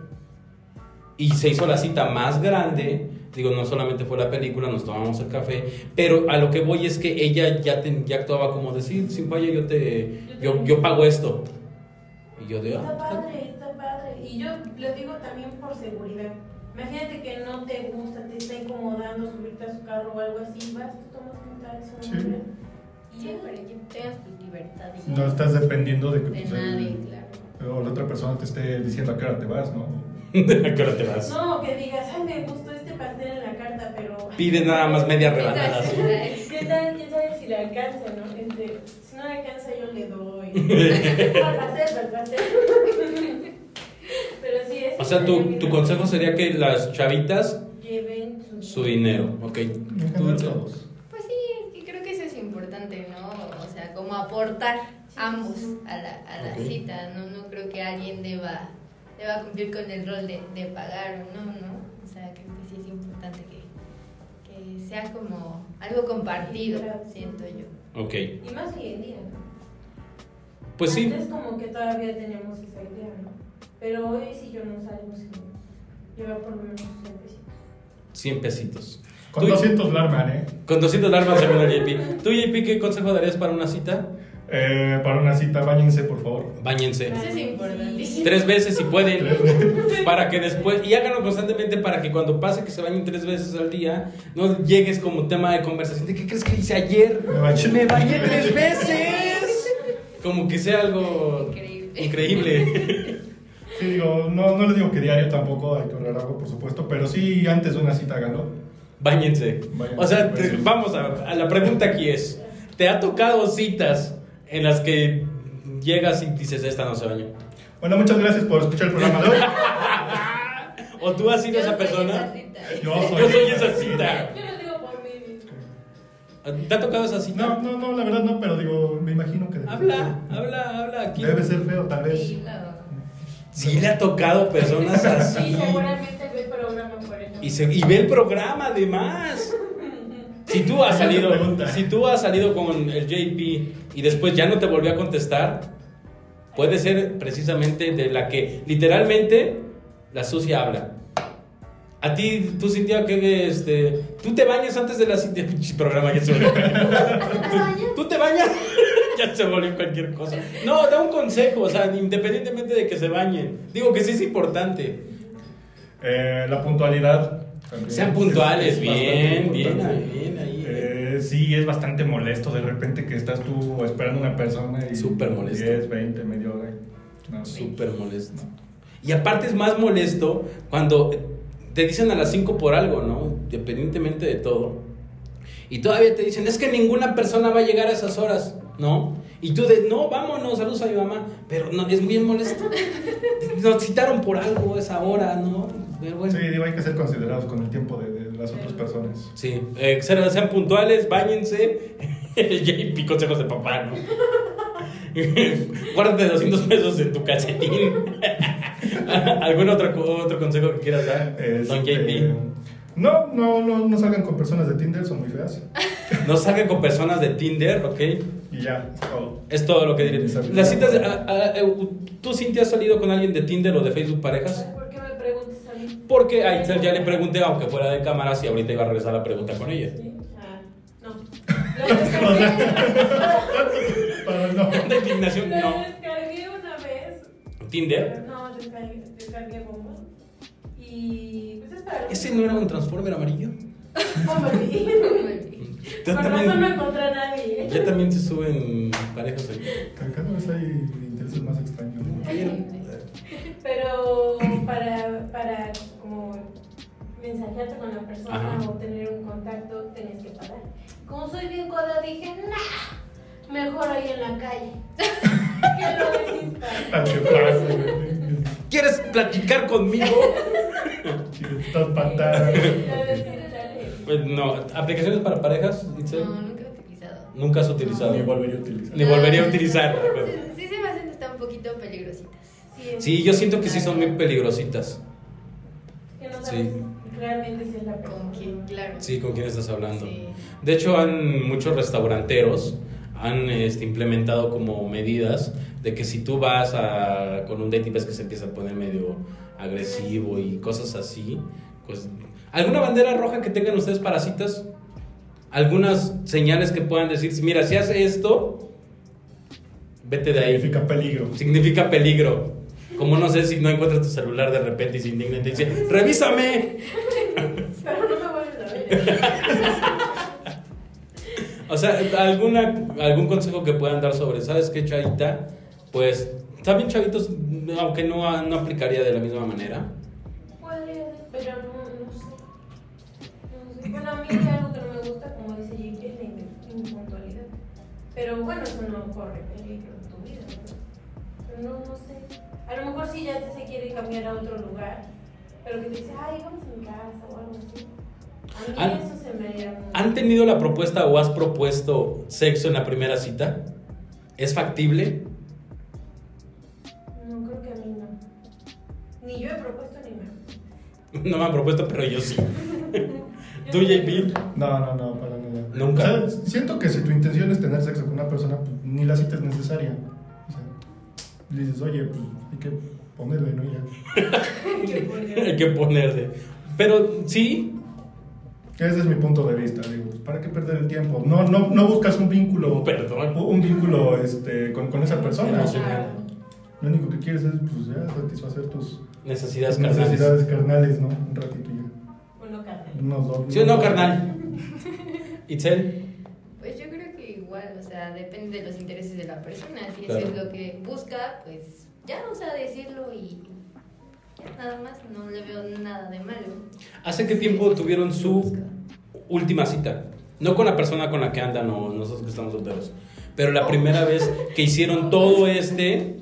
Speaker 1: Y se hizo la cita más grande. Digo, no solamente fue la película, nos tomamos el café. Pero a lo que voy es que ella ya, ten- ya actuaba como decir, sin vaya, pues, yo te. Yo, yo pago esto. Y yo "Ah". digo,
Speaker 4: Está padre, está padre. Y yo lo digo también por seguridad. Imagínate que no te gusta, te está incomodando subirte a su carro o algo así, vas, tú tomas un taxi, una
Speaker 2: Sí.
Speaker 4: Uber, y
Speaker 3: sí,
Speaker 4: ya.
Speaker 3: para que tengas tu libertad y
Speaker 2: No estás dependiendo de que
Speaker 3: de
Speaker 2: pues,
Speaker 3: nadie,
Speaker 2: el-
Speaker 3: claro.
Speaker 2: o la otra persona te esté diciendo a qué hora te vas, ¿no?
Speaker 1: <laughs> ¿a qué hora te vas?
Speaker 4: No, que digas, ay, me gustó este pastel en la carta, pero...
Speaker 1: <laughs> Pide nada más media
Speaker 4: <laughs>
Speaker 1: rebanada.
Speaker 3: Exacto, exacto.
Speaker 4: ¿Quién sabe, quién sabe si le alcanza, no? Este, si no le alcanza, yo le
Speaker 1: <laughs>
Speaker 4: doy. Al pastel, al pastel. <laughs> Pero sí es...
Speaker 1: O sea, tu, tu consejo sería que las chavitas
Speaker 4: Lleven
Speaker 1: su dinero, ¿ok?
Speaker 2: En
Speaker 1: Tú,
Speaker 2: general, todos.
Speaker 3: Pues sí, es que creo que eso es importante, ¿no? O sea, como aportar ambos a la, a la
Speaker 1: Ok.
Speaker 3: cita, ¿no? No creo que alguien deba, deba cumplir con el rol de, de pagar o no, ¿no? O sea, creo que sí es importante que, que sea como algo compartido, siento yo.
Speaker 1: ok.
Speaker 4: Y más hoy en día, ¿no?
Speaker 1: Pues sí,
Speaker 4: Antes como que todavía teníamos esa idea, ¿no? Pero hoy sí yo no salgo sin llevar por lo menos un servicio.
Speaker 1: 100 pesitos.
Speaker 2: Con 200 la arman, ¿eh?
Speaker 1: Con 200 larvas según el JP. ¿Tú, JP, qué consejo darías para una cita?
Speaker 2: Eh, Para una cita, báñense, por favor.
Speaker 1: Báñense.
Speaker 3: Eso es importantísimo.
Speaker 1: Tres veces si pueden. Para que después. Y háganlo constantemente para que cuando pase que se bañen tres veces al día, no llegues como tema de conversación. ¿De qué crees que hice ayer?
Speaker 2: Me bañé.
Speaker 1: Me bañé tres veces. Como que sea algo.
Speaker 3: Increíble.
Speaker 1: Increíble.
Speaker 2: Sí, digo, no, no les digo que diario tampoco, hay que ahorrar agua, por supuesto, pero sí antes de una cita ganó.
Speaker 1: Báñense.
Speaker 2: Báñense.
Speaker 1: O sea, te-
Speaker 2: Báñense.
Speaker 1: vamos a, a la pregunta aquí es, ¿te ha tocado citas en las que llegas y dices, esta no se bañó?
Speaker 2: Bueno, muchas gracias por escuchar el programa de
Speaker 1: <laughs>
Speaker 2: hoy.
Speaker 1: ¿O tú has sido
Speaker 3: Yo
Speaker 1: esa
Speaker 3: soy
Speaker 1: persona?
Speaker 3: cita.
Speaker 2: Yo soy,
Speaker 1: Yo soy esa cita.
Speaker 4: Yo lo digo por mí mismo.
Speaker 1: ¿Te ha tocado esa cita?
Speaker 2: No, no, no, la verdad no, pero digo, me imagino que... debe
Speaker 1: Habla,
Speaker 2: ser feo.
Speaker 1: habla, habla aquí.
Speaker 2: Debe ser feo, tal vez.
Speaker 3: Sí, no.
Speaker 1: Sí le ha tocado personas
Speaker 4: Sí,
Speaker 1: así.
Speaker 4: seguramente ve el programa por eso.
Speaker 1: Y, se- y ve el programa además. Si tú has salido,
Speaker 2: Pregunta.
Speaker 1: si tú has salido con el JP y después ya no te volvió a contestar, puede ser precisamente de la que literalmente la sucia habla. A ti, tú Cintia, que este, tú te bañas antes de la cita. Pinche programa ya se volvió. ¿Tú, tú te bañas. <laughs> ya se volvió cualquier cosa. No, da un consejo, o sea, independientemente de que se bañen. Digo que sí es importante.
Speaker 2: Eh, la puntualidad. también
Speaker 1: Sean puntuales,
Speaker 2: bastante
Speaker 1: bien, bien,
Speaker 2: importante.
Speaker 1: bien, ahí.
Speaker 2: Eh, sí, es bastante molesto de repente que estás tú esperando a una persona y.
Speaker 1: Súper molesto.
Speaker 2: 10, 20, media hora. No,
Speaker 1: Súper molesto. Y aparte es más molesto cuando te dicen a las 5 por algo, ¿no? Independientemente de todo. Y todavía te dicen, es que ninguna persona va a llegar a esas horas, ¿no? Y tú de, no, vámonos, saludos a mi mamá. Pero no, es muy molesto. Nos citaron por algo a esa hora, ¿no? Pero bueno.
Speaker 2: Sí, digo, hay que ser considerados con el tiempo de, de las otras personas.
Speaker 1: Sí, eh, sean sean puntuales, <laughs> bañense. JP, consejos de papá, ¿no? <laughs> Guárdate 200 pesos en tu calcetín. <laughs> ¿Algún otro, co- otro consejo que quieras dar? Don
Speaker 2: Este,
Speaker 1: JP.
Speaker 2: No, no, no, no salgan con personas de Tinder, son muy feas.
Speaker 1: No salgan con personas de Tinder, ¿ok?
Speaker 2: Y ya, es todo.
Speaker 1: Es todo lo que diré.
Speaker 2: Exacto.
Speaker 1: Las citas. de- a- a- eh, ¿Tú, Cintia, has salido con alguien de Tinder o de Facebook parejas?
Speaker 4: ¿Por qué me preguntas a mí?
Speaker 1: Porque a Itzel ya le pregunté, aunque fuera de cámara, si ahorita iba a regresar la pregunta con ella. <laughs>
Speaker 4: Sí, ah, No. Lo descargué.
Speaker 2: Pero no.
Speaker 1: De indignación,
Speaker 4: Lo
Speaker 1: no.
Speaker 4: descargué una vez.
Speaker 1: Tinder.
Speaker 4: No, descargué, descargué bomba. Y. Pues es para.
Speaker 1: ¿Ese no era un Transformer amarillo?
Speaker 4: Bombalí.
Speaker 1: <laughs> Yo
Speaker 4: Con
Speaker 1: también-
Speaker 4: razón no encontré a nadie. ¿eh?
Speaker 1: Ya también se suben parejas aquí.
Speaker 2: Cada vez hay intereses más extraños. ¿no?
Speaker 4: Pero para, para como mensajearte con la persona
Speaker 1: Ajá.
Speaker 4: o tener un contacto, tenías que pagar. Como soy bien coda, dije, nah, mejor ahí en la calle. <laughs> que lo
Speaker 2: Ah,
Speaker 4: desistan.
Speaker 2: qué pasa, güey.
Speaker 1: ¿Quieres platicar conmigo?
Speaker 4: <laughs>
Speaker 2: Estás patada.
Speaker 4: Lo desistan.
Speaker 1: Pues no, aplicaciones para parejas, Itzel?
Speaker 3: No, nunca he utilizado.
Speaker 1: Nunca has utilizado.
Speaker 2: Ni volvería a utilizar.
Speaker 1: Ni volvería a utilizar, de acuerdo.
Speaker 3: Sí, sí se me hacen que están un poquito peligrositas.
Speaker 1: Sí, yo siento que sí son muy peligrositas.
Speaker 4: Que no sabes
Speaker 1: sí.
Speaker 4: realmente si es la persona.
Speaker 3: Con quien, claro.
Speaker 1: Sí, ¿con quién estás hablando?
Speaker 3: Sí.
Speaker 1: De hecho, han muchos restauranteros han este, implementado como medidas de que si tú vas a, con un date y ves que se empieza a poner medio agresivo y cosas así, pues alguna bandera roja que tengan ustedes para citas, algunas señales que puedan decir, mira, si hace esto, vete de ahí.
Speaker 2: Significa peligro.
Speaker 1: Significa peligro. Como no sé si no encuentras tu celular de repente y se indigna y te dice, revísame.
Speaker 4: Pero no me vuelves a ver.
Speaker 1: O sea, alguna, algún consejo que puedan dar sobre, ¿sabes qué, chavita? Pues, también chavitos, aunque no, no aplicaría de la misma manera.
Speaker 4: Podría ser, pero no, no sé. No sé. Bueno, a mí hay algo que no me gusta, como dice Jake, es la in- impuntualidad. Pero bueno, eso no corre peligro en tu vida. ¿no? Pero no, no sé. A lo mejor si ya te se quiere cambiar a otro lugar, pero que te dice, ay, vamos a mi casa o algo así. A mí
Speaker 1: Han-
Speaker 4: eso se me haría muy-
Speaker 1: ¿Han tenido la propuesta o has propuesto sexo en la primera cita? ¿Es factible? <laughs>
Speaker 4: No, creo que a mí no. Ni yo he propuesto ni me.
Speaker 1: No me han propuesto, pero yo sí.
Speaker 4: Yo
Speaker 1: ¿Tú,
Speaker 4: no- <laughs>
Speaker 1: JP?
Speaker 2: No, no, no, para nada.
Speaker 1: Nunca.
Speaker 2: O sea, siento que si tu intención es tener sexo con una persona, pues, ni la cita es necesaria. O sea, le dices, oye, pues hay que ponerle, ¿no? Y Ya.
Speaker 1: Hay que ponerle. Pero sí,
Speaker 2: Ese es mi punto de vista, digo, pues, ¿para qué perder el tiempo? No, no, no buscas un vínculo,
Speaker 1: Perdón.
Speaker 2: un vínculo este, con, con esa persona.
Speaker 1: Emocional.
Speaker 2: Lo único que quieres es pues, ya, satisfacer tus
Speaker 1: Necesidades carnales.
Speaker 2: necesidades carnales, ¿no? Un ratito ya. <laughs>
Speaker 4: Uno carnal.
Speaker 2: Unos dos.
Speaker 1: ¿Sí o no, carnal? Itzel.
Speaker 3: Pues yo creo que igual, o sea, depende de los intereses de la persona. Si
Speaker 1: Claro.
Speaker 3: eso es lo que busca, pues ya, o sea, decirlo y ya nada más, no le veo nada de malo.
Speaker 1: ¿Hace qué tiempo tuvieron su última cita? No con la persona con la que andan o nosotros que estamos solteros. Pero la primera vez que hicieron todo este.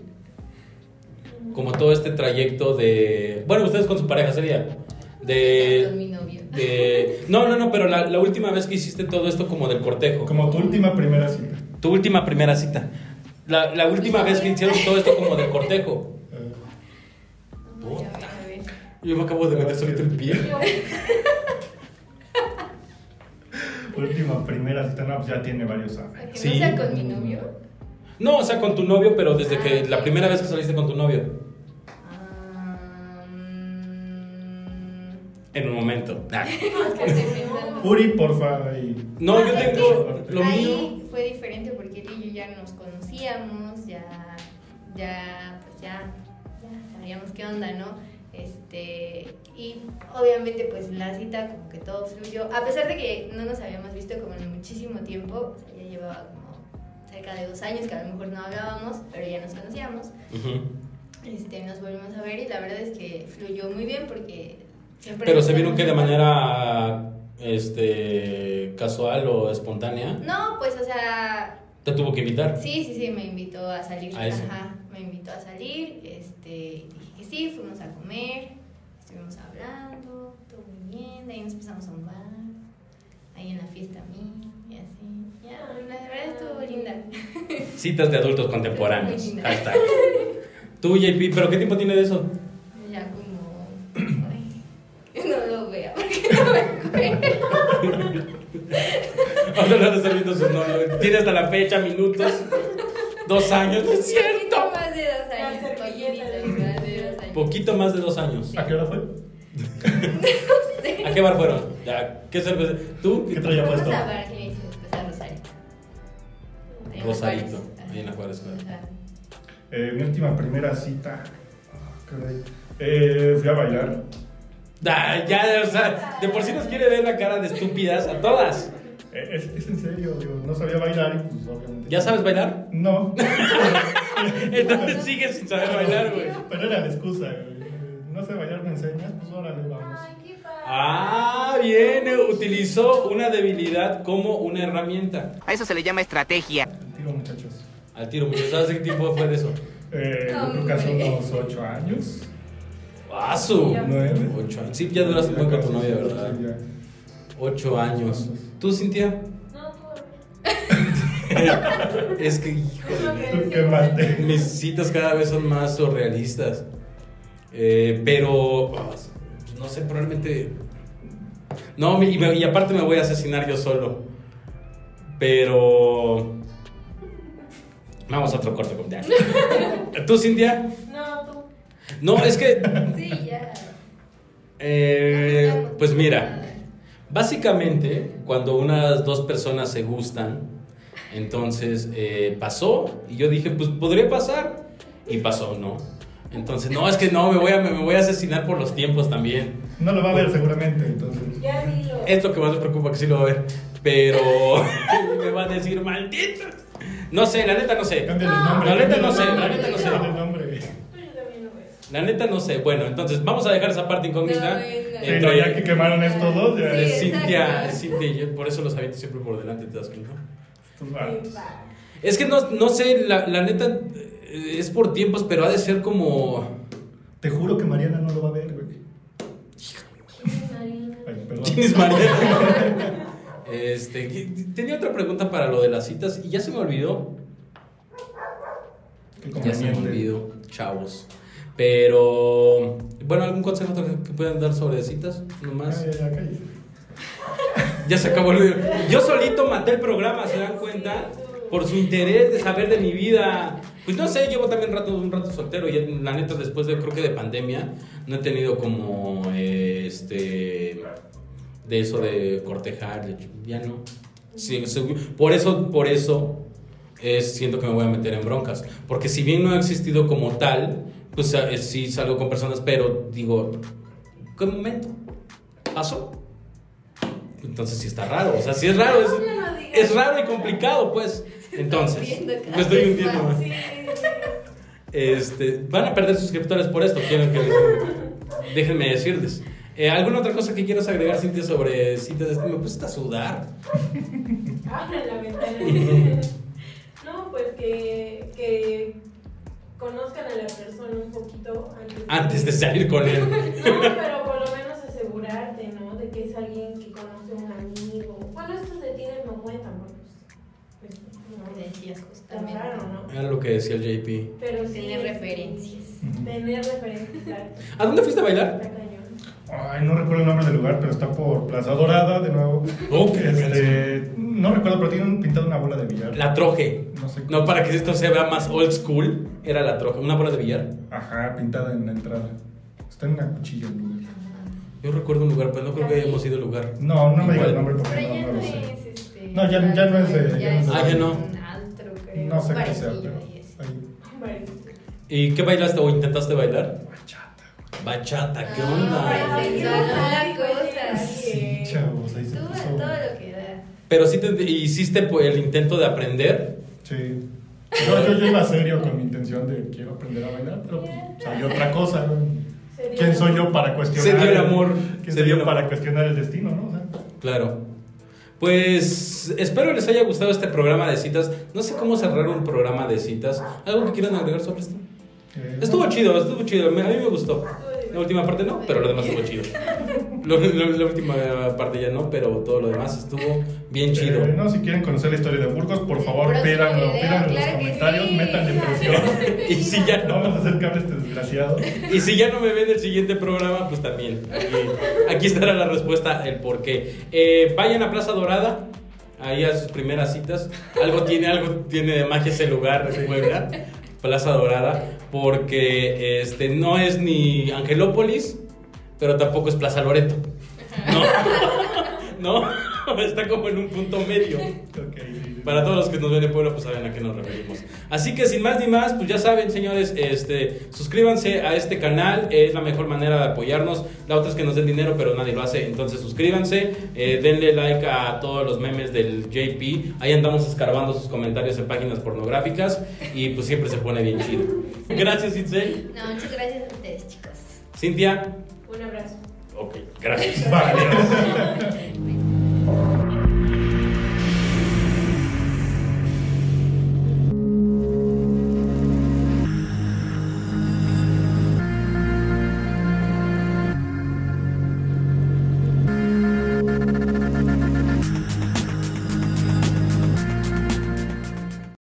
Speaker 1: Como todo este trayecto de. Bueno, ustedes con su pareja sería. eh,
Speaker 3: Con mi
Speaker 1: De.
Speaker 3: novio.
Speaker 1: de no, no, no, pero la, la última vez que hiciste todo esto como del cortejo.
Speaker 2: Como tu última primera cita.
Speaker 1: Tu última primera cita. La, la última vez que hicieron todo esto como del cortejo.
Speaker 2: Eh,
Speaker 3: Ay, a ver, a ver.
Speaker 1: Yo me acabo de meter solito el pie.
Speaker 4: Yo,
Speaker 1: <laughs>
Speaker 2: última primera cita, no, pues ya tiene varios años.
Speaker 3: Aunque
Speaker 1: Sí.
Speaker 3: no sea con mi
Speaker 1: <laughs>
Speaker 3: novio.
Speaker 1: No, o sea, con tu novio, pero desde que la primera vez que saliste con tu novio.
Speaker 3: ah, mm, <laughs>
Speaker 1: En un momento. Ah.
Speaker 3: es que estoy pensando.
Speaker 2: Uri, porfa, y
Speaker 1: No, yo
Speaker 3: es que
Speaker 1: tengo lo
Speaker 3: ahí
Speaker 1: mío.
Speaker 3: fue diferente porque él y yo ya nos conocíamos, ya, ya, pues ya, ya sabíamos qué onda, ¿no? Este, y obviamente pues la cita como que todo fluyó, a pesar de que no nos habíamos visto como en muchísimo tiempo, o sea, ya llevaba como cerca de dos años que a lo mejor no hablábamos, pero ya nos conocíamos,
Speaker 1: Ujú.
Speaker 3: este, nos volvimos a ver y la verdad es que fluyó muy bien porque siempre...
Speaker 1: Pero
Speaker 3: nos
Speaker 1: se vieron que de
Speaker 3: hemos-
Speaker 1: manera este casual o espontánea.
Speaker 3: No, pues o sea,
Speaker 1: Te tuvo que invitar.
Speaker 3: Sí, sí, sí, me invitó a salir.
Speaker 1: A eso.
Speaker 3: Ajá, me invitó a salir. Este, dije que sí, fuimos a comer, estuvimos hablando, todo muy bien. De ahí nos pasamos a un bar, ahí en la fiesta a mí, y así. Ya, la verdad estuvo linda.
Speaker 1: Citas de adultos contemporáneos.
Speaker 3: Muy linda.
Speaker 1: Hashtag. Tú, JP, ¿pero qué tiempo tiene de eso? <laughs>
Speaker 3: Ya como. Ay, <laughs> no lo veo porque no me acuerdo.
Speaker 1: Ahora no están viendo sus novios. Tiene hasta la fecha, minutos. Dos años, <laughs> no es
Speaker 3: Poquito
Speaker 1: cierto.
Speaker 3: más de dos años.
Speaker 4: La servilleta.
Speaker 3: poquitito más de dos años. <laughs>
Speaker 1: Poquito más de dos años.
Speaker 2: ¿A qué hora fue?
Speaker 1: ¿A qué bar fueron? ¿A ¿Qué cerveza? ¿Tú?
Speaker 2: ¿Qué traía
Speaker 3: Vamos
Speaker 2: puesto?
Speaker 3: a Barcelona y después a Rosario. Ahí en la
Speaker 1: Rosarito,
Speaker 3: Juárez. Ajá.
Speaker 1: ahí en la Juárez, claro.
Speaker 3: Ajá.
Speaker 2: Eh, mi última primera cita. Ah, caray. Eh, fui a bailar.
Speaker 1: Da, Ah, ya, o sea, de por sí nos quiere ver la cara de estúpidas a todas.
Speaker 2: Eh, es, es en serio, digo, no sabía bailar y pues obviamente.
Speaker 1: ¿Ya sabes bailar? <laughs>
Speaker 2: No.
Speaker 1: Entonces sigues sin saber bailar, güey.
Speaker 2: Pero era la excusa, güey. No sé bailar, me enseñas, pues órale, vamos.
Speaker 4: Ay, qué padre.
Speaker 1: Ah, bien, eh, utilizó una debilidad como una herramienta.
Speaker 6: A eso se le llama estrategia.
Speaker 2: Al Tiro, muchachos.
Speaker 1: Al tiro, muchachos, ¿sabes qué tiempo fue de eso?
Speaker 2: Eh, yo creo que hace unos 8 años.
Speaker 1: ¡Ah, su!
Speaker 2: Nueve.
Speaker 1: Ocho años. Sí, ya duraste un buen con tu novia, ¿verdad?
Speaker 2: Sí, ya.
Speaker 1: Ocho años. ¿Tú, Cintia?
Speaker 4: No, tú. <laughs>
Speaker 1: Es que, hijo
Speaker 4: Es
Speaker 1: de
Speaker 4: lo que
Speaker 2: Tú
Speaker 4: decía.
Speaker 2: quemaste.
Speaker 1: Mis citas cada vez son más surrealistas. Eh, pero, ah, no sé, probablemente... No, me- y, me- y aparte me voy a asesinar yo solo. Pero... Vamos a otro corte. ya. ¿Tú, Cintia?
Speaker 4: No, tú.
Speaker 1: No, es que...
Speaker 3: Sí, ya.
Speaker 1: eh, pues mira, básicamente cuando unas dos personas se gustan, entonces eh, pasó y yo dije, pues podría pasar. Y pasó, no. Entonces, no, es que no, me voy a, me voy a asesinar por los tiempos también.
Speaker 2: No lo va a ver seguramente, entonces.
Speaker 4: Ya dilo.
Speaker 1: Es lo que más me preocupa, que sí lo va a ver. Pero <laughs> me va a decir, maldito. No sé, la neta no sé.
Speaker 2: Cámbiale
Speaker 3: Ah.
Speaker 2: el nombre.
Speaker 1: La neta no sé,
Speaker 4: la neta no sé.
Speaker 2: Cámbiale el nombre.
Speaker 4: Pero yo también lo veo.
Speaker 1: La neta no sé. Bueno, entonces vamos a dejar esa parte incógnita.
Speaker 3: No, venga.
Speaker 2: Sí,
Speaker 1: entre-
Speaker 2: no, ya que quemaron estos dos, ya.
Speaker 1: de
Speaker 3: Sí,
Speaker 1: Cintia,
Speaker 3: exacto.
Speaker 1: Cintia y yo, por eso los aviento siempre por delante, ¿te das cuenta?
Speaker 2: Estos vatos.
Speaker 1: Es que no, no sé, la, la neta eh, es por tiempos, pero ha de ser como.
Speaker 2: Te juro que Mariana no lo va a ver, güey.
Speaker 4: Marina.
Speaker 2: Ay, perdón.
Speaker 1: ¿Quién es Mariana? Este, que- tenía otra pregunta para lo de las citas y ya se me olvidó.
Speaker 2: Qué
Speaker 1: Ya se me
Speaker 2: conveniente.
Speaker 1: olvidó, chavos. Pero, bueno, ¿algún consejo que puedan dar sobre citas? Nomás.
Speaker 2: Ya, ya, ya, cállese.
Speaker 1: Ya se acabó el video. Yo solito maté el programa, ¿se dan cuenta? Por su interés de saber de mi vida. Pues no sé, llevo también rato, un rato soltero y la neta después de, creo que de pandemia, no he tenido como, eh, este, de eso de cortejar, de- ya no. Sí, se- por eso, por eso es, siento que me voy a meter en broncas. Porque si bien no ha existido como tal, pues eh, sí salgo con personas, pero digo, ¿qué momento? ¿Pasó? Entonces sí está raro, o sea, sí es raro, es,
Speaker 4: No, no digas.
Speaker 1: es raro y complicado,
Speaker 4: <laughs>
Speaker 1: pues. Entonces,
Speaker 3: Hundiendo cada
Speaker 1: me estoy
Speaker 3: vez
Speaker 1: hundiendo
Speaker 3: más.
Speaker 1: más.
Speaker 4: Sí,
Speaker 1: Este, van a perder suscriptores por esto, quiero que déjenme decirles. Eh, ¿Alguna otra cosa que quieras agregar, Cintia, sobre citas? de este? Me puse a sudar.
Speaker 4: abren la ventana. no, pues que, que conozcan a la persona un poquito antes
Speaker 1: Antes de salir con él.
Speaker 4: No, pero por lo menos asegurarte, ¿no? De que es alguien que conoce a un amigo. Bueno, estos de Tinder no cuentan, porque pues, pues,
Speaker 3: Como
Speaker 4: no,
Speaker 3: decías
Speaker 4: está
Speaker 3: justamente.
Speaker 4: raro, ¿no?
Speaker 1: Era lo que decía el JP.
Speaker 4: Pero sí,
Speaker 3: Tener
Speaker 4: este,
Speaker 3: referencias.
Speaker 4: Tener referencias. exacto.
Speaker 1: ¿A dónde fuiste a bailar?
Speaker 4: Está cañón.
Speaker 2: Ay, no recuerdo el nombre del lugar, pero está por Plaza Dorada, de nuevo.
Speaker 1: Oh, qué
Speaker 2: Este, no recuerdo, pero tienen pintado una bola de billar.
Speaker 1: La troje.
Speaker 2: No sé.
Speaker 1: No, para que esto se vea más old school, era la troje, una bola de billar.
Speaker 2: Ajá, pintada en la entrada. Está en una cuchilla el lugar.
Speaker 1: Yo recuerdo un lugar, pero no creo que hayamos ido al lugar.
Speaker 2: No, no me digas el nombre porque
Speaker 3: Pero
Speaker 2: no,
Speaker 3: ya
Speaker 2: no
Speaker 3: no
Speaker 2: lo sé.
Speaker 3: es este.
Speaker 2: No, ya- ya no es de- ya no es de-
Speaker 1: Ah, ya no.
Speaker 3: un Altro, creo.
Speaker 2: No sé qué sea,
Speaker 3: parecido
Speaker 2: pero.
Speaker 3: y eso.
Speaker 2: ahí.
Speaker 4: Bueno,
Speaker 1: ¿Y qué bailaste o intentaste bailar?
Speaker 2: Bachata.
Speaker 1: Bachata, ¿qué
Speaker 3: Ah,
Speaker 1: onda?
Speaker 3: parece que son
Speaker 4: Ay,
Speaker 3: las cosas.
Speaker 2: Sí, chavos, ahí se
Speaker 3: Tú a
Speaker 2: puso.
Speaker 3: Eh, todo lo que da.
Speaker 1: Pero sí te, hiciste pues, el intento de aprender.
Speaker 3: <laughs>
Speaker 2: Sí. No, yo, yo iba serio con mi intención de quiero aprender a bailar, pero pues, salió otra cosa. ¿no?
Speaker 4: se dio-
Speaker 2: ¿Quién soy yo para cuestionar?
Speaker 1: Se dio el amor.
Speaker 2: ¿Quién
Speaker 1: Se
Speaker 2: soy
Speaker 1: dio
Speaker 2: yo
Speaker 1: el
Speaker 2: para
Speaker 1: amor.
Speaker 2: cuestionar el destino, no? O sea,
Speaker 1: Claro. Pues espero les haya gustado este programa de citas. No sé cómo cerrar un programa de citas. ¿Algo que quieran agregar sobre esto?
Speaker 2: eh,
Speaker 1: Estuvo chido, estuvo chido. Me- A mí me gustó. La última parte no, pero lo demás estuvo chido. Lo- lo- la última parte ya no, pero todo lo demás estuvo bien chido.
Speaker 2: Eh, no, si quieren conocer la historia de Burgos, por favor,
Speaker 3: Próximo
Speaker 2: pídanlo,
Speaker 3: video,
Speaker 2: pídanlo en los
Speaker 3: claro que
Speaker 2: comentarios,
Speaker 3: sí. <laughs>
Speaker 2: métanle presión.
Speaker 1: Y si
Speaker 2: <laughs>
Speaker 1: ya
Speaker 2: No vamos
Speaker 1: no,
Speaker 2: a hacer que hable este desgraciado.
Speaker 1: y si ya no me ven el siguiente programa, pues también. Aquí, aquí estará la respuesta, el por qué. Eh, vayan a Plaza Dorada, ahí a sus primeras citas. Algo tiene, algo tiene de magia ese lugar de Puebla, Plaza Dorada, porque este, no es ni Angelópolis, pero tampoco es Plaza Loreto. No, <laughs> no, está como en un punto medio.
Speaker 2: Ok, sí, sí.
Speaker 1: Para todos los que nos ven de pueblo, pues saben a qué nos referimos. Así que sin más ni más, pues ya saben, señores, este, suscríbanse a este canal, es la mejor manera de apoyarnos. La otra es que nos den dinero, pero nadie lo hace, entonces suscríbanse, eh, denle like a todos los memes del JP. Ahí andamos escarbando sus comentarios en páginas pornográficas y pues siempre se pone bien chido. Gracias, Itzel.
Speaker 3: No, muchas gracias a ustedes, chicos.
Speaker 1: Cintia.
Speaker 4: Un abrazo.
Speaker 1: Ok, gracias.
Speaker 2: Vale.